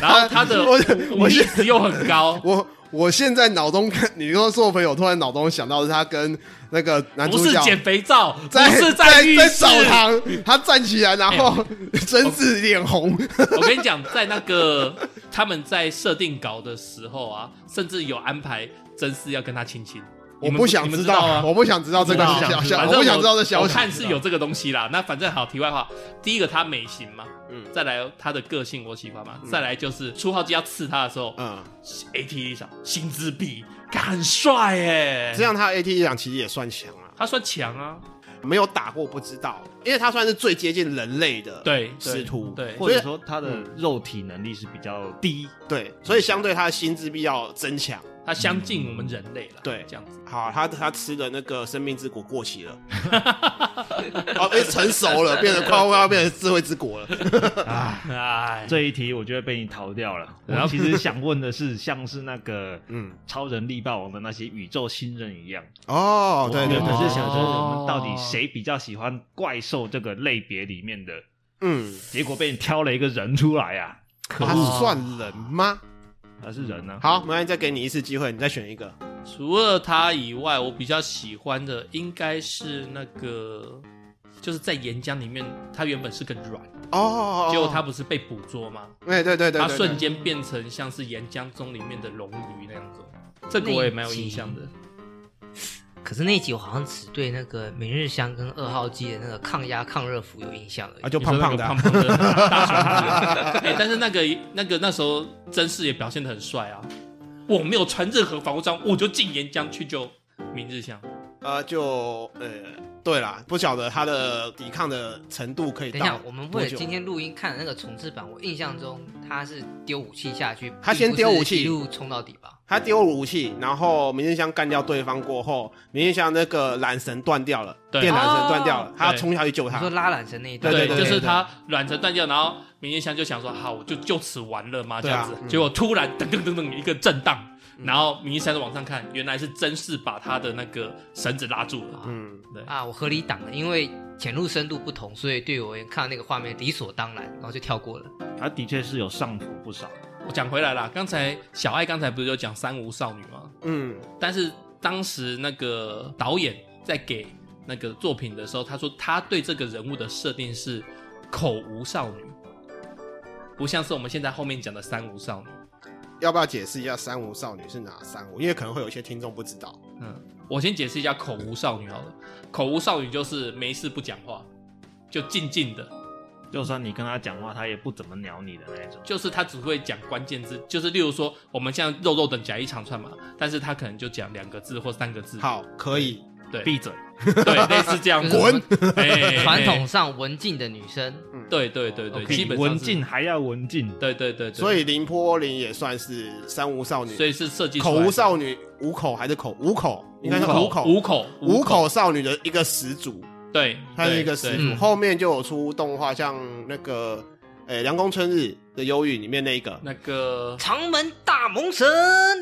Speaker 4: 然后他的
Speaker 1: 我
Speaker 4: 武
Speaker 1: 我
Speaker 4: 力
Speaker 1: 现
Speaker 4: 值又很高，
Speaker 1: 我我现在脑中看你说做朋友，突然脑中想到的是他跟那个男
Speaker 4: 不
Speaker 1: 主
Speaker 4: 是
Speaker 1: 角
Speaker 4: 捡肥皂，不
Speaker 1: 在
Speaker 4: 是
Speaker 1: 在
Speaker 4: 浴
Speaker 1: 在
Speaker 4: 室哎
Speaker 1: 澡。堂，他站起来，然后真是脸红。
Speaker 4: 我跟你讲，在那个他们在设定稿的时候啊，甚至有安排真嗣要跟他亲亲。
Speaker 1: 我
Speaker 4: 你们
Speaker 1: 不想
Speaker 4: 你们
Speaker 1: 知
Speaker 4: 知道
Speaker 1: 道，
Speaker 4: 啊，
Speaker 1: 我不想知道这个
Speaker 2: 我不想
Speaker 1: 消
Speaker 2: 知
Speaker 1: 息，
Speaker 2: 道
Speaker 4: 反
Speaker 1: 我
Speaker 4: 正
Speaker 1: 不想知道这消
Speaker 4: 我
Speaker 1: 息。
Speaker 4: 看是有这个东西啦。那反正好，题外话，第一个他美型嘛，
Speaker 1: 嗯
Speaker 4: 再来他的个性我喜欢嘛，再来就是初号机要刺他的时候
Speaker 1: 嗯，
Speaker 4: ，AT 上薪资币，干很帅哎，
Speaker 1: 这样他 AT 一场其实也算强啊，
Speaker 4: 他算强啊，
Speaker 1: 没有打过不知道，因为他算是最接近人类的
Speaker 4: 对，对
Speaker 1: 师徒。
Speaker 4: 对，
Speaker 2: 或者说他的
Speaker 1: 嗯
Speaker 2: 肉体能力是比较低，
Speaker 1: 对，所以相对他的心智必要增强。
Speaker 4: 他相近我们人类了，
Speaker 1: 对
Speaker 4: 这样子，
Speaker 1: 好，他他吃的那个生命之果过期了，哦，变成熟了，变成快快要变成智慧之国了。
Speaker 2: 啊，
Speaker 5: 哎，
Speaker 2: 这一题我觉得被你逃掉了。然后其实想问的是，像是那个
Speaker 1: 嗯，
Speaker 2: 超人力霸王的那些宇宙新人一样，
Speaker 1: 哦，对对
Speaker 2: 原本
Speaker 1: 对，
Speaker 2: 是想说我们到底谁比较喜欢怪兽这个类别里面的，
Speaker 1: 嗯，
Speaker 2: 结果被你挑了一个人出来啊，可
Speaker 1: 他
Speaker 2: 恶，
Speaker 1: 算人吗？
Speaker 2: 他是人呢、啊？
Speaker 1: 好，没关系，再给你一次机会，你再选一个。
Speaker 4: 除了他以外，我比较喜欢的应该是那个，就是在岩浆里面，他原本是个卵，
Speaker 1: 哦哦，哦
Speaker 4: 结果他，不是被捕捉吗？
Speaker 1: 哎，对对对，
Speaker 4: 他
Speaker 1: 对
Speaker 4: 瞬间变成像是岩浆中里面的龙鱼那样子。这个我也蛮有印象的。
Speaker 5: 可是那一集我好像只对那个明日香跟二号机的那个抗压抗热服有印象
Speaker 1: 啊，
Speaker 5: 而已。
Speaker 1: 就胖胖的
Speaker 4: 胖
Speaker 1: 啊，
Speaker 4: 胖的大熊哎、但是 那个那个那时候真嗣也表现的很帅啊！我没有穿任何防护装，我就进岩浆去救明日香。
Speaker 1: 呃，就呃，对啦，不晓得他的抵抗的程度可以
Speaker 5: 等一下
Speaker 1: 到，
Speaker 5: 我们为
Speaker 1: 多
Speaker 5: 了
Speaker 1: 久
Speaker 5: 今。天录音看的那个重置版，我印象中他是丢武器下去，
Speaker 1: 他先丢武器
Speaker 5: 并不是一路冲到底吧？
Speaker 1: 他丢了武器，然后明日香干掉对方过后，明日香那个缆绳断掉了，
Speaker 4: 对
Speaker 1: 电缆绳断掉了
Speaker 5: 哦，
Speaker 1: 他要冲下去救
Speaker 5: 你
Speaker 1: 他
Speaker 5: 说。拉缆绳那一段，
Speaker 1: 对对对
Speaker 4: 就是他软成断掉，然后明日香就想说，好，我就就此完了嘛，这
Speaker 1: 对啊
Speaker 4: 样子。
Speaker 1: 嗯
Speaker 4: 结果突然噔噔噔噔一个震荡，然后明日香就往上看，原来是真嗣把他的那个绳子拉住了。
Speaker 1: 嗯，
Speaker 4: 对，
Speaker 5: 啊，我合理挡了，因为潜入深度不同，所以对我而言看到那个画面理所当然，然后就跳过了。
Speaker 2: 他的确是有上浮不少，
Speaker 4: 我讲回来啦，刚才小爱刚才不是有讲三无少女吗？
Speaker 1: 嗯，
Speaker 4: 但是当时那个导演在给那个作品的时候，他说他对这个人物的设定是口无少女，不像是我们现在后面讲的三无少女。
Speaker 1: 要不要解释一下三无少女是哪三无？因为可能会有一些听众不知道。
Speaker 4: 嗯，我先解释一下口无少女好了。口无少女就是没事不讲话，就静静的，
Speaker 2: 就算你跟他讲话，他也不怎么鸟你的那种。
Speaker 4: 就是她只会讲关键字，就是例如说我们像肉肉等讲一长串嘛，但是她可能就讲两个字或三个字，，
Speaker 1: 好，可以，
Speaker 4: 对
Speaker 2: 闭嘴，
Speaker 4: 对，类似这
Speaker 1: 啊
Speaker 4: 样子。
Speaker 5: 滚！
Speaker 4: 哎哦
Speaker 5: 传统，上文静的女生，
Speaker 4: 对对对对，
Speaker 5: OK，
Speaker 4: 基本上
Speaker 2: 文
Speaker 4: 是，
Speaker 2: 静还要文静，
Speaker 4: 对对对对，
Speaker 1: 所以林波林也算是三无少女，
Speaker 4: 所以是设计出
Speaker 1: 口
Speaker 4: 来
Speaker 1: 无
Speaker 4: 的
Speaker 1: 少女五口还是口五口？应该是五口
Speaker 4: 五口
Speaker 1: 五口少女的一个始祖，
Speaker 4: 对，
Speaker 1: 它是一个始
Speaker 4: 对
Speaker 5: 对
Speaker 1: 祖。
Speaker 5: 嗯
Speaker 1: 后面就有出动画，像那个诶《凉宫春日的忧郁》里面那一个，
Speaker 4: 那个
Speaker 5: 长门大萌神。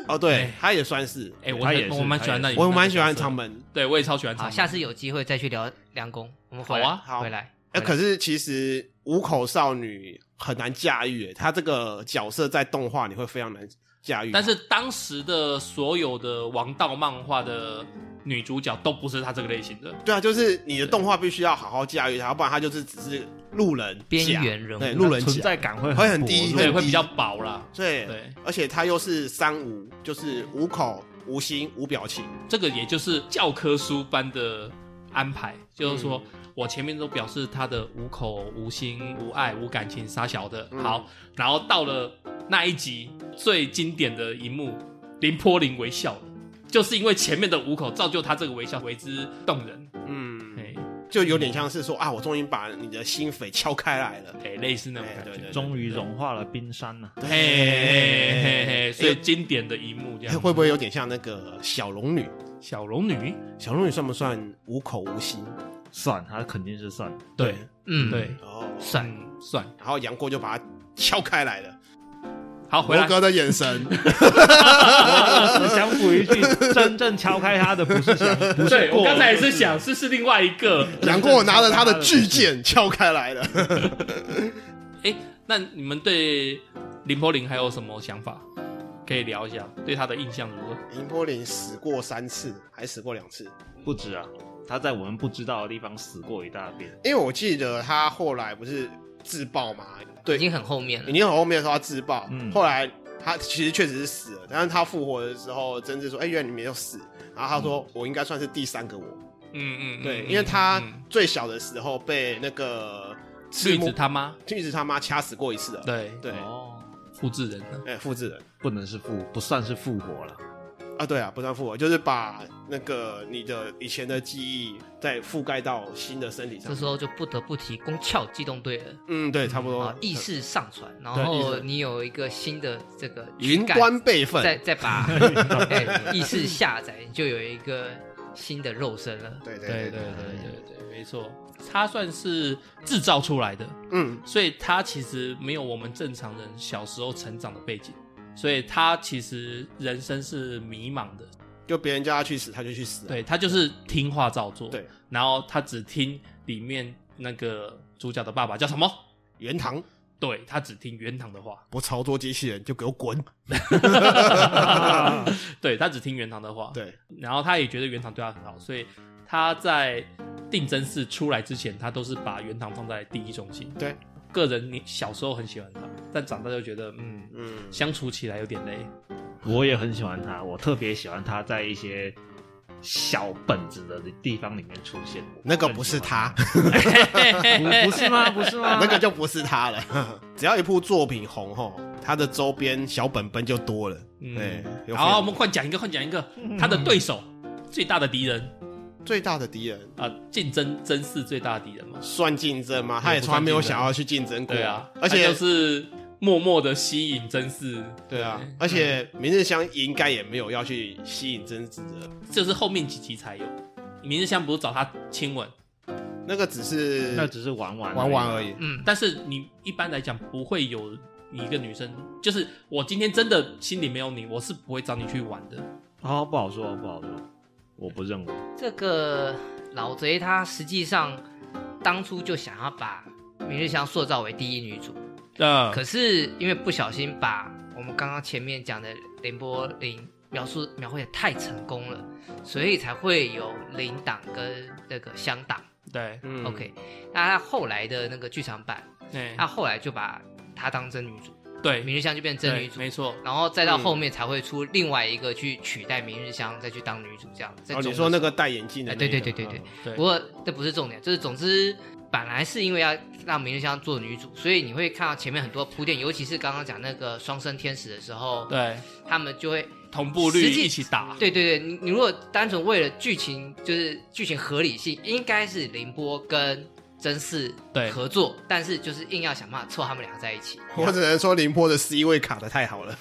Speaker 1: 哦，对
Speaker 4: 哎，
Speaker 1: 它也算是，
Speaker 4: 哎，我
Speaker 2: 他也
Speaker 4: 很
Speaker 2: 是
Speaker 4: 我蛮喜欢那
Speaker 2: 他
Speaker 4: 里，
Speaker 1: 我蛮喜欢长，门。
Speaker 4: 对我也超喜欢长
Speaker 5: 好，
Speaker 4: 门。
Speaker 5: 下次有机会再去聊梁工，我们回来
Speaker 4: 好啊
Speaker 1: 好
Speaker 5: 回来。
Speaker 1: 哎，
Speaker 5: 回来
Speaker 1: 可是其实五口少女很难驾驭，哎她这个角色在动画你会非常难驾驭她。
Speaker 4: 但是当时的所有的王道漫画的女主角都不是她这个类型的，
Speaker 1: 对啊，就是你的动画必须要好好驾驭它，要不然它就是只是路人甲
Speaker 5: 边缘人物
Speaker 1: 哎对路人
Speaker 2: 存
Speaker 1: 甲
Speaker 2: 在感会
Speaker 1: 会很
Speaker 2: 薄
Speaker 1: 低
Speaker 2: 弱
Speaker 4: 对，
Speaker 1: 很
Speaker 4: 会比较薄啦。
Speaker 1: 对
Speaker 4: 对，
Speaker 1: 而且它又是三无，就是无口、无心、无表情。
Speaker 4: 这个也就是教科书般的安排，就是说
Speaker 1: 嗯
Speaker 4: 我前面都表示她的无口、无心、无爱、无感情、傻小的。
Speaker 1: 嗯
Speaker 4: 好，然后到了那一集最经典的一幕，林波林微笑了。就是因为前面的五口造就她这个微笑为之动人，
Speaker 1: 嗯，
Speaker 4: 哎
Speaker 1: 就有点像是说啊，我终于把你的心扉敲开来了。
Speaker 4: 哎，类似那种
Speaker 1: 哎
Speaker 4: 感
Speaker 1: 对
Speaker 4: 觉
Speaker 1: 对。
Speaker 2: 终于融化了冰山呐、
Speaker 4: 嘿嘿嘿嘿，所以经典的一幕这
Speaker 1: 哎
Speaker 4: 样。
Speaker 1: 会不会有点像那个小龙女？
Speaker 4: 小龙女？
Speaker 1: 小龙女算不算无口无心？
Speaker 2: 算，他肯定是算。
Speaker 4: 对
Speaker 5: 嗯，
Speaker 4: 对，
Speaker 1: 哦，
Speaker 5: 算
Speaker 4: 嗯算
Speaker 1: 然后杨过就把它敲开来了。
Speaker 4: 好回
Speaker 1: 罗
Speaker 4: 来。
Speaker 1: 哥的眼 神，
Speaker 2: 我只想补一句，真正敲开他的不是想，不是
Speaker 4: 对
Speaker 2: 过
Speaker 4: 我刚才也是想，是是另外一个。
Speaker 1: 杨过拿着他的巨剑敲开来 了。
Speaker 4: 哎，那你们对林柏林还有什么想法？可以聊一下，对他的印象如何？
Speaker 1: 林波林死过三次，还死过两次。
Speaker 2: 不止啊，他在我们不知道的地方死过一大遍。
Speaker 1: 因为我记得他后来不是自爆嘛，对
Speaker 5: 已，经很后面
Speaker 1: 已
Speaker 5: 了。
Speaker 1: 经很后面的时候他自爆，
Speaker 2: 嗯
Speaker 1: 后来他其实确实是死了，但是他复活的时候，真治说：“哎、原来你没有死。”然后他说：“我应该算是第三个我。
Speaker 4: 嗯嗯，
Speaker 1: 对，
Speaker 4: 嗯
Speaker 1: 因为他
Speaker 4: 嗯
Speaker 1: 最小的时候被那个赤
Speaker 4: 绿
Speaker 1: 木
Speaker 4: 子他妈，
Speaker 1: 绿子他妈掐死过一次了。
Speaker 4: 对，
Speaker 1: 对，哎、
Speaker 2: 哦，
Speaker 4: 复制人呢？
Speaker 1: 复制人
Speaker 2: 不能是复，不算是复活 了。
Speaker 1: 啊，对啊，不算复活，就是把那个你的以前的记忆再覆盖到新的身体上
Speaker 5: 这。时候就不得不提宫壳机动队了
Speaker 1: 嗯，对，差不多
Speaker 5: 啊，。意识上传，然
Speaker 1: 对意
Speaker 5: 后
Speaker 1: 识
Speaker 5: 你有一个新的这个
Speaker 1: 嗯云
Speaker 5: 感
Speaker 1: 端备
Speaker 5: 再
Speaker 1: 份，
Speaker 5: 再把哎意识下载，你就有一个新的肉身了。
Speaker 1: 对对
Speaker 4: 对对
Speaker 1: 对
Speaker 4: 对对对，没错，它算是制造出来的，
Speaker 1: 嗯，
Speaker 4: 所以它其实没有我们正常人小时候成长的背景，所以它其实人生是迷茫的。
Speaker 1: 就别人叫他去死，他就去死啊。
Speaker 4: 对，它就是听话照做。
Speaker 1: 对，
Speaker 4: 然后他只听里面那个主角的爸爸叫什么？
Speaker 1: 原堂
Speaker 4: 对他只听原堂 的话，
Speaker 1: 不操作机器人就给我滚。
Speaker 4: 啊对他只听原堂的话。
Speaker 1: 对，
Speaker 4: 然后他也觉得原堂对他很好，所以他在定真寺出来之前，他都是把原堂放在第一中心。
Speaker 1: 对，
Speaker 4: 个人你小时候很喜欢他，但长大就觉得嗯，
Speaker 1: 嗯，
Speaker 4: 相处起来有点累。
Speaker 2: 我也很喜欢他，我特别喜欢他在一些小本子的地方里面出现。
Speaker 1: 那个不是 他，
Speaker 2: 不 不是吗？不是吗？
Speaker 1: 那个就不是他了。 只要一部作品红吼，他的周边小本本就多了。对
Speaker 4: 嗯，，
Speaker 1: 有嗯
Speaker 4: 好，我们换讲一个，换讲一个，他的对手最大的敌人
Speaker 1: 最大的敌人
Speaker 4: 啊，竞争真是最大的敌人嘛。
Speaker 1: 算竞争吗？他也从来没有想要去竞争过
Speaker 4: 对啊，
Speaker 1: 而且
Speaker 4: 他就是默默的吸引真嗣，
Speaker 1: 对啊，而且明日香应该也没有要去吸引贞子的，
Speaker 4: 就是后面几集才有。明日香不是找他亲吻，
Speaker 1: 那个只是
Speaker 2: 那只是玩玩
Speaker 1: 玩玩而
Speaker 2: 已。啊
Speaker 1: 已。
Speaker 5: 嗯，
Speaker 4: 但是你一般来讲不会有你一个女生，就是我今天真的心里没有你，我是不会找你去玩的。
Speaker 2: 哦，不好说，不好说，我不认为。
Speaker 5: 这个老贼他实际上当初就想要把明日香塑造为第一女主，
Speaker 1: 啊
Speaker 4: 嗯，
Speaker 5: 可是因为不小心把我们刚刚前面讲的林波林描述描绘的太成功了，所以才会有林党跟那个香党。
Speaker 4: 对，
Speaker 1: 嗯
Speaker 5: OK，那他后来的那个剧场版，
Speaker 4: 哎
Speaker 5: 他后来就把她当真女主，
Speaker 4: 对，
Speaker 5: 明日香就变真
Speaker 4: 对
Speaker 5: 女，主，
Speaker 4: 没错，
Speaker 5: 然后再到后
Speaker 1: 嗯
Speaker 5: 面才会出另外一个去取代明日香，再去当女主这样。再
Speaker 1: 哦，你
Speaker 5: 总
Speaker 1: 说
Speaker 5: 的
Speaker 1: 那个戴眼镜的
Speaker 5: 哎
Speaker 1: 那个，
Speaker 5: 对对对对对
Speaker 1: 嗯，
Speaker 4: 对
Speaker 5: 不，过这不是重点，就是总之本来是因为要让明日香做女主，所以你会看到前面很多铺垫，尤其是刚刚讲那个双生天使的时候，
Speaker 4: 对，
Speaker 5: 他们就会，
Speaker 4: 同步率
Speaker 5: 实际
Speaker 4: 一起打，
Speaker 5: 对对对，你你如果单纯为了剧情，就是剧情合理性，应该是凌波跟真嗣
Speaker 4: 对
Speaker 5: 合作，但是就是硬要想办法凑他们两个在一起。
Speaker 1: 我只能说宁波的 C 位卡的太好了。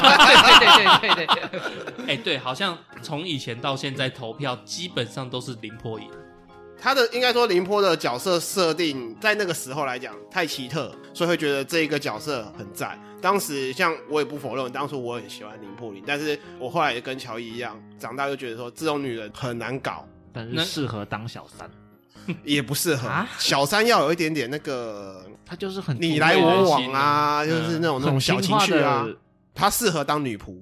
Speaker 5: 对对对对对对，
Speaker 4: 哎，对，好像从以前到现在投票基本上都是零破赢，
Speaker 1: 他的应该说宁波的角色设定在那个时候来讲太奇特，所以会觉得这一个角色很赞。当时像我也不否认，当初我很喜欢林破林，但是我后来也跟乔伊一样，长大就觉得说这种女人很难搞，
Speaker 2: 但
Speaker 4: 那
Speaker 2: 是适合当小三，
Speaker 1: 也不适合。
Speaker 5: 啊
Speaker 1: 小三要有一点点那个
Speaker 2: 他就是很
Speaker 1: 你
Speaker 2: 独
Speaker 1: 来
Speaker 2: 立的
Speaker 1: 我
Speaker 2: 人
Speaker 1: 往啊，
Speaker 4: 嗯
Speaker 1: 就是那种那
Speaker 2: 很
Speaker 1: 种小
Speaker 2: 听
Speaker 1: 情
Speaker 2: 话
Speaker 1: 绪啊
Speaker 2: 的。
Speaker 1: 她适合当女仆，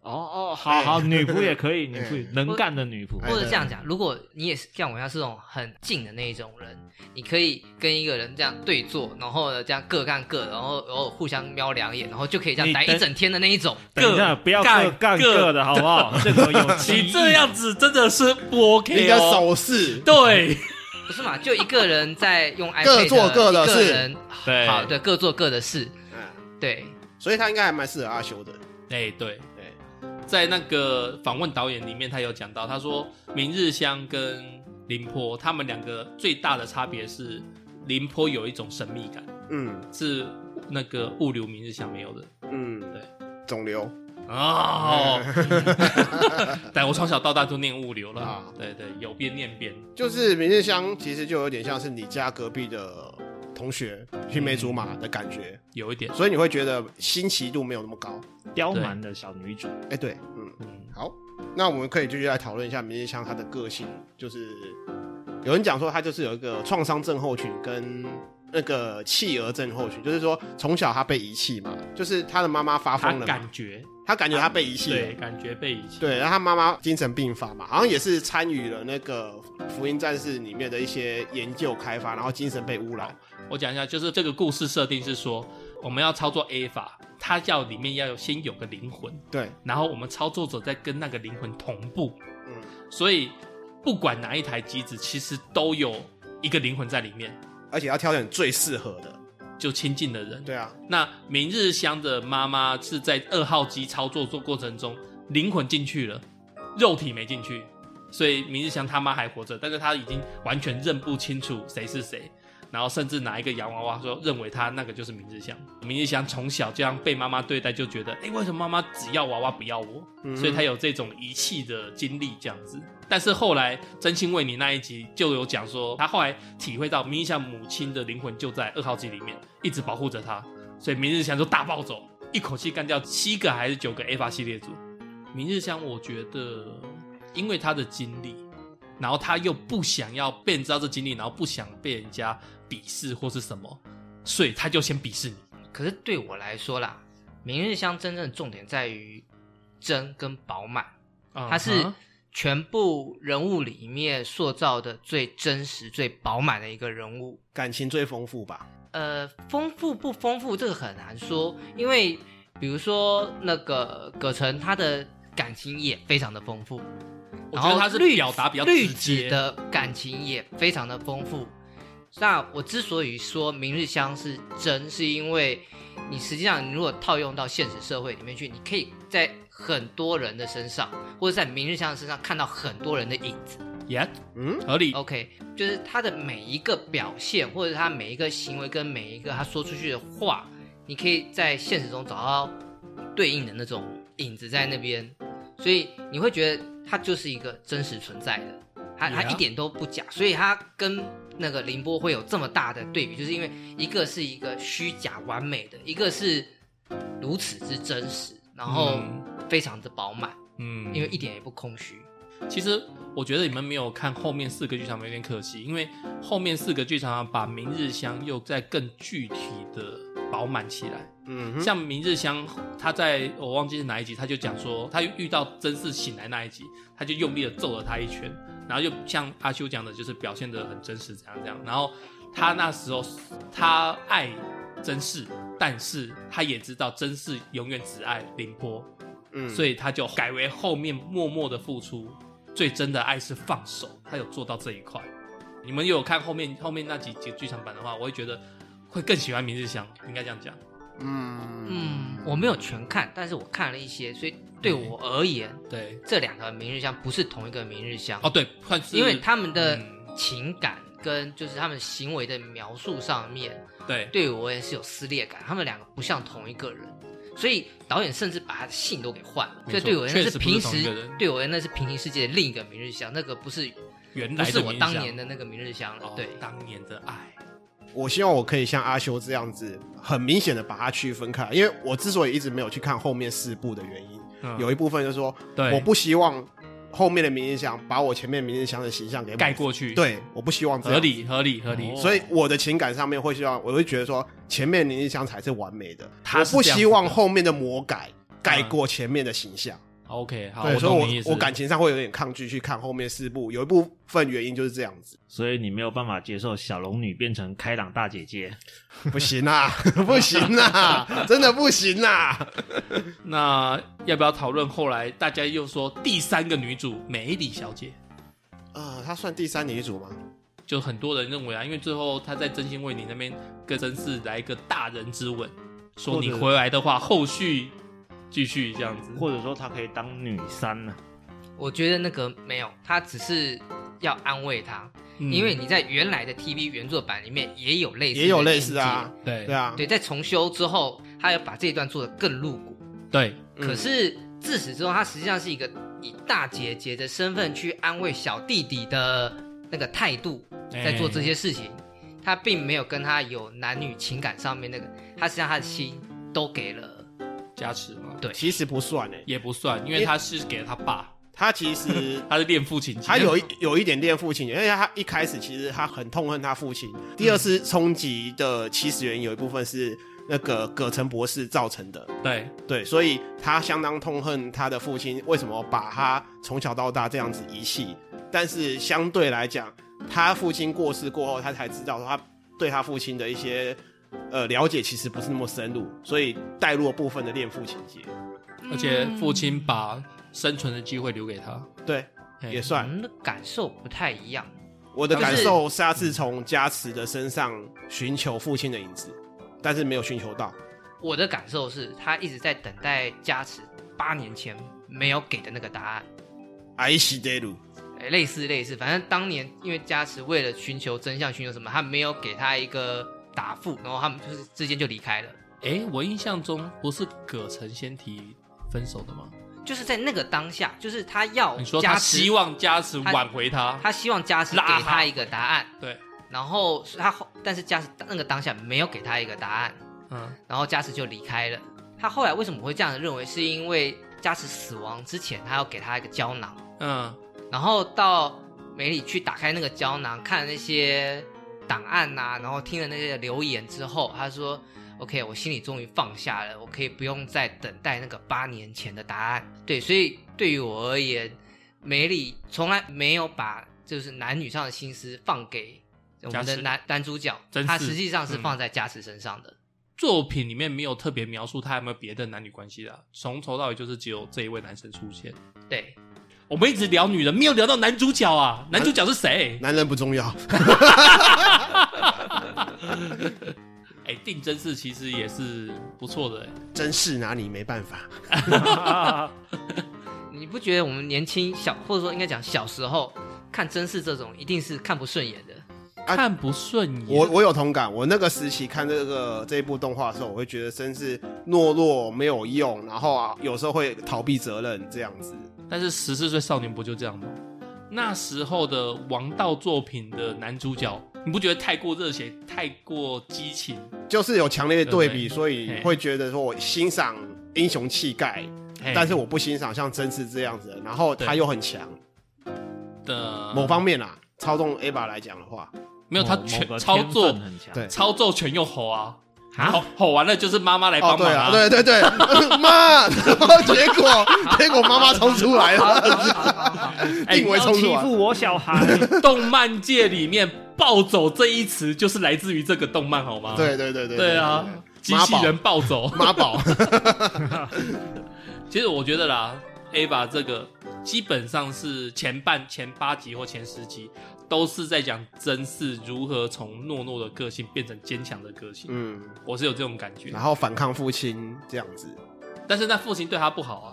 Speaker 2: 哦哦，好好，女仆也可以，女仆能干的女仆，
Speaker 1: 哎
Speaker 5: 或者这样讲，如果你也是像我一样是那种很近的那一种人，你可以跟一个人这样对坐，然后呢这样各干各的，然后偶尔互相瞄两眼，然后就可以这样
Speaker 2: 你
Speaker 5: 待
Speaker 2: 等
Speaker 5: 一整天的那一种。
Speaker 2: 等一下，不要各干各的好不好？这个有 歧
Speaker 4: 你
Speaker 2: 义
Speaker 4: 这样子真的是不 OK
Speaker 1: 你的
Speaker 4: 哦
Speaker 1: 手势
Speaker 4: 对
Speaker 5: 不是嘛？就一个人在用 iPad，
Speaker 1: 各做各的
Speaker 5: 一
Speaker 1: 事
Speaker 5: 个人
Speaker 4: 对
Speaker 5: 好，对，各做各的事，
Speaker 1: 嗯
Speaker 5: 对，
Speaker 1: 所以她应该还蛮适合阿修的。
Speaker 4: 哎对，
Speaker 1: 对，
Speaker 4: 在那个访问导演里面，他有讲到，他说明日香跟林坡他们两个最大的差别是，林坡有一种神秘感，
Speaker 1: 嗯
Speaker 4: 是那个物流明日香没有的。
Speaker 1: 嗯，
Speaker 4: 对，
Speaker 1: 肿瘤
Speaker 4: 哦，但我从小到大都念物流了
Speaker 1: 啊，
Speaker 4: 对对，有边念边，
Speaker 1: 就是明日香，其实就有点像是你家隔壁的同学青梅竹马的感觉，
Speaker 4: 有一点，
Speaker 1: 所以你会觉得新奇度没有那么高。
Speaker 2: 刁蛮的小女主，
Speaker 1: 哎，对，嗯，
Speaker 4: 嗯，
Speaker 1: 好，那我们可以继续来讨论一下明日香她的个性，就是有人讲说她就是有一个创伤症候群跟。那个弃儿症候群，就是说从小她被遗弃嘛，就是她的妈妈发
Speaker 4: 他
Speaker 1: 疯了嘛，
Speaker 4: 感觉
Speaker 1: 她感觉她被遗弃了
Speaker 4: 对，，感觉被遗弃，
Speaker 1: 啊对，然后他妈妈精神病发嘛，好像也是参与了那个《福音战士》里面的一些研究开发，然后精神被污染。
Speaker 4: 我讲一下，就是这个故事设定是说，我们要操作 A 法，它要里面要有先有个灵魂，
Speaker 1: 对，
Speaker 4: 然后我们操作者在跟那个灵魂同步，
Speaker 1: 嗯，
Speaker 4: 所以不管哪一台机子，其实都有一个灵魂在里面，
Speaker 1: 而且要挑选最适合的。
Speaker 4: 就亲近的人。
Speaker 1: 对啊，
Speaker 4: 那明日香的妈妈是在二号机操作做过程中，灵魂进去了，肉体没进去，所以明日香他妈还活着，但是她已经完全认不清楚谁是谁。然后甚至拿一个洋娃娃说认为他那个就是明日香。明日香从小这样被妈妈对待，就觉得哎、诶为什么妈妈只要娃娃不要我？
Speaker 1: 嗯
Speaker 4: 所以他有这种遗弃的经历这样子。但是后来《真心为你》那一集就有讲说，他后来体会到明日香母亲的灵魂就在二号机里面，一直保护着他，所以明日香就大暴走，一口气干掉七个还是九个 A 法系列组。明日香，我觉得因为他的经历，然后他又不想要被人知道这经历，然后不想被人家鄙视或是什么，所以他就先鄙视你。
Speaker 5: 可是对我来说啦，明日香真正的重点在于真跟饱满，
Speaker 4: 嗯
Speaker 5: 它是
Speaker 4: 哼
Speaker 5: 全部人物里面塑造的最真实、最饱满的一个人物。
Speaker 1: 感情最丰富吧？
Speaker 5: 呃，丰富不丰富这个很难说，因为比如说那个葛城，他的感情也非常的丰富，
Speaker 4: 我觉
Speaker 5: 然后
Speaker 4: 得他是
Speaker 5: 绿
Speaker 4: 表达比较
Speaker 5: 绿
Speaker 4: 直
Speaker 5: 子
Speaker 4: 接，
Speaker 5: 的感情也非常的丰富。那我之所以说明日香是真，是因为你实际上你如果套用到现实社会里面去，你可以在很多人的身上，或者在明日香的身上看到很多人的影子。
Speaker 4: 也、
Speaker 1: 嗯，
Speaker 4: 合理。
Speaker 5: OK，就是他的每一个表现，或者他每一个行为跟每一个他说出去的话，你可以在现实中找到对应的那种影子在那边，所以你会觉得他就是一个真实存在的，他他
Speaker 4: Yeah
Speaker 5: 一点都不假，所以他跟那个凌波会有这么大的对比，就是因为一个是一个虚假完美的，一个是如此之真实，然后
Speaker 4: 嗯
Speaker 5: 非常的饱满，
Speaker 4: 嗯
Speaker 5: 因为一点也不空虚。
Speaker 4: 其实我觉得你们没有看后面四个剧场版有点可惜，因为后面四个剧场版把明日香又再更具体的饱满起来。
Speaker 1: 嗯哼，
Speaker 4: 像明日香，他在我忘记是哪一集，他就讲
Speaker 1: 嗯
Speaker 4: 说，他遇到真嗣醒来那一集，他就用力的揍了他一拳，然后就像阿修讲的，就是表现的很真实，怎样怎样。然后他那时候他爱真嗣，但是他也知道真嗣永远只爱凌波，
Speaker 1: 嗯，
Speaker 4: 所以他就改为后面默默的付出，最真的爱是放手，他有做到这一块。你们有看后面后面那几集剧场版的话，我会觉得会更喜欢明日香，应该这样讲。
Speaker 1: 嗯
Speaker 5: 嗯，我没有全看，但是我看了一些，所以对我而言，
Speaker 4: 对，
Speaker 5: 这两个明日香不是同一个明日香
Speaker 4: 哦，对，算是
Speaker 5: 因为他们的
Speaker 4: 嗯
Speaker 5: 情感跟就是他们行为的描述上面，
Speaker 4: 对
Speaker 5: 对我也是有撕裂感，他们两个不像同一个人，所以导演甚至把他的姓都给换了，
Speaker 4: 没
Speaker 5: 所
Speaker 4: 错
Speaker 5: 以对我而言那
Speaker 4: 确实不是
Speaker 5: 平
Speaker 4: 同一个
Speaker 5: 时
Speaker 4: 人
Speaker 5: 对我而言那是平行世界的另一个明日香，那个不是
Speaker 4: 原
Speaker 5: 不
Speaker 4: 来
Speaker 5: 是
Speaker 4: 的
Speaker 5: 我
Speaker 4: 明日香
Speaker 5: 当年的那个明日香了，
Speaker 4: 哦
Speaker 5: 对，
Speaker 4: 当年的爱，
Speaker 1: 我希望我可以像阿修这样子，很明显的把它区分开来，因为我之所以一直没有去看后面四部的原因，
Speaker 4: 嗯
Speaker 1: 有一部分就是说，
Speaker 4: 对
Speaker 1: 我不希望后面的明日香把我前面明日香的形象给抹
Speaker 4: 盖，过去，，
Speaker 1: 对，我不希望这样
Speaker 4: 合。理合理合理，
Speaker 1: 所以我的情感上面会希望，我会觉得说，前面明日香才是完美的，
Speaker 4: 他
Speaker 1: 我
Speaker 4: 是
Speaker 1: 不
Speaker 4: 这样
Speaker 1: 希
Speaker 4: 子
Speaker 1: 望
Speaker 4: 的
Speaker 1: 后面的魔改盖过前面的形象。
Speaker 4: OK 好，
Speaker 1: 对，所
Speaker 4: 懂你意
Speaker 1: 以
Speaker 4: 思，
Speaker 1: 我我感情上会有点抗拒去看后面四部，有一部分原因就是这样子，
Speaker 2: 所以你没有办法接受小龙女变成开朗大姐姐。
Speaker 1: 不行啊， 不行啊，真的不行啊。
Speaker 4: 那要不要讨论后来大家又说第三个女主梅里小姐？
Speaker 1: 啊，她算第三女主吗？
Speaker 4: 就很多人认为啊，因为最后他在真心为你那边跟真是来一个大人之吻，说你
Speaker 2: 或者
Speaker 4: 回来的话，后续继续这样子。
Speaker 2: 或者说她可以当女三啊呢、
Speaker 5: 我觉得那个没有，他只是要安慰他，
Speaker 4: 嗯
Speaker 5: 因为你在原来的 TV 原作版里面也有类似，
Speaker 1: 也有类似啊，，
Speaker 4: 对
Speaker 1: 对啊，
Speaker 5: 对，在重修之后，他要把这一段做得更露骨。
Speaker 4: 对
Speaker 1: 嗯
Speaker 5: 可是自始至终，他实际上是一个以大姐姐的身份去安慰小弟弟的那个态度，在做这些事情。他并没有跟他有男女情感上面那个，他实际上他的心都给了。
Speaker 4: 加持嘛，
Speaker 5: 对
Speaker 1: 其实不算诶、
Speaker 4: 也不算，因为他是给了他爸，
Speaker 1: 她其实
Speaker 4: 他是恋父情节，
Speaker 1: 她有一有一点恋父情节，而且她一开始其实她很痛恨她父亲。第二次冲击的起始原因有一部分是那个葛城博士造成的，
Speaker 4: 对
Speaker 1: 对，所以他相当痛恨他的父亲为什么把他从小到大这样子遗弃。但是相对来讲，他父亲过世过后，他才知道他对他父亲的一些呃了解其实不是那么深入，所以带入了部分的恋父情节。
Speaker 4: 而且
Speaker 5: 嗯
Speaker 4: 父亲把生存的机会留给他，哎
Speaker 1: 对，
Speaker 4: 嘿
Speaker 1: 也算。
Speaker 5: 人的嗯感受不太一样，
Speaker 1: 我的
Speaker 5: 就是
Speaker 1: 感受是，他是从加持的身上寻求父亲的影子，但是没有寻求到。
Speaker 5: 我的感受是他一直在等待加持八年前没有给的那个答案。
Speaker 1: 爱惜得鲁，
Speaker 5: 哎类似类似，反正当年因为加持为了寻求真相，寻求什么，他没有给他一个答复，然后他们就是之间就离开了。
Speaker 4: 哎，我印象中不是葛城先提分手的吗？
Speaker 5: 就是在那个当下，就是他要
Speaker 4: 你说
Speaker 5: 加
Speaker 4: 他
Speaker 5: 持
Speaker 4: 希望加持
Speaker 5: 他
Speaker 4: 挽回他，
Speaker 5: 他希望加持给
Speaker 4: 拉他
Speaker 5: 他一个答案，
Speaker 4: 对，
Speaker 5: 然后他后，但是加持那个当下没有给他一个答案，
Speaker 4: 嗯，
Speaker 5: 然后加持就离开了。他后来为什么会这样认为？是因为加持死亡之前，他要给他一个胶囊，
Speaker 4: 嗯，
Speaker 5: 然后到梅里去打开那个胶囊，看那些档案呐、然后听了那些留言之后，他说：“OK，我心里终于放下了，我可以不用再等待那个八年前的答案。”对，所以对于我而言，梅里从来没有把就是男女上的心思放给我们
Speaker 4: 加
Speaker 5: 的
Speaker 4: 持
Speaker 5: 男男主角
Speaker 4: 真，
Speaker 5: 他
Speaker 4: 是
Speaker 5: 实际上是
Speaker 4: 嗯
Speaker 5: 放在加持身上的。
Speaker 4: 作品里面没有特别描述他有没有别的男女关系的啊，从头到尾就是只有这一位男生出现。
Speaker 5: 对，
Speaker 4: 我们一直聊女人，没有聊到男主角啊，男主角是谁？
Speaker 1: 男人不重要，
Speaker 4: 哎，定真寺其实也是不错的，欸
Speaker 1: 真是拿你没办法。
Speaker 5: 你不觉得我们年轻小，或者说应该讲小时候看真事这种，一定是看不顺眼的？
Speaker 4: 哎，看不顺眼。
Speaker 1: 啊我我有同感，我那个时期看这个这一部动画的时候，我会觉得真是懦弱没有用，然后啊有时候会逃避责任这样子。
Speaker 4: 但是十四岁少年不就这样吗？那时候的王道作品的男主角，你不觉得太过热血、太过激情？
Speaker 1: 就是有强烈的对
Speaker 4: 对
Speaker 1: 比，
Speaker 4: 对
Speaker 1: 所以会觉得说我欣赏英雄气概，
Speaker 4: 嘿
Speaker 1: 但是我不欣赏像真嗣这样子的，然后他又很强，
Speaker 4: 的
Speaker 1: 某方面啊，操纵 A 把来讲的话，
Speaker 4: 没有他
Speaker 2: 某某
Speaker 4: 全
Speaker 2: 个
Speaker 4: 操
Speaker 2: 天
Speaker 4: 作
Speaker 2: 分很强，
Speaker 1: 对
Speaker 4: 操作全用吼啊，吼吼完了就是妈妈来
Speaker 1: 哦
Speaker 4: 帮
Speaker 1: 对
Speaker 4: 忙
Speaker 1: 啊，对对对，妈，然后结果结果妈妈冲出来了，
Speaker 2: 哎，
Speaker 1: 定
Speaker 2: 不
Speaker 1: 为
Speaker 2: 要
Speaker 1: 冲
Speaker 2: 欺
Speaker 1: 突啊
Speaker 2: 负我小孩，
Speaker 4: 动漫界里面“暴走”这一词就是来自于这个动漫，好吗？
Speaker 1: 对对对对
Speaker 4: 对啊，机
Speaker 1: 妈
Speaker 4: 器
Speaker 1: 宝
Speaker 4: 人暴走。
Speaker 1: 妈宝，
Speaker 4: 其实我觉得啦，Ava 这个基本上是前半前八集或前十集都是在讲真嗣如何从懦弱的个性变成坚强的个性，
Speaker 1: 嗯，
Speaker 4: 我是有这种感觉
Speaker 1: 然。后反抗父亲这样子，
Speaker 4: 但是那父亲对他不好啊，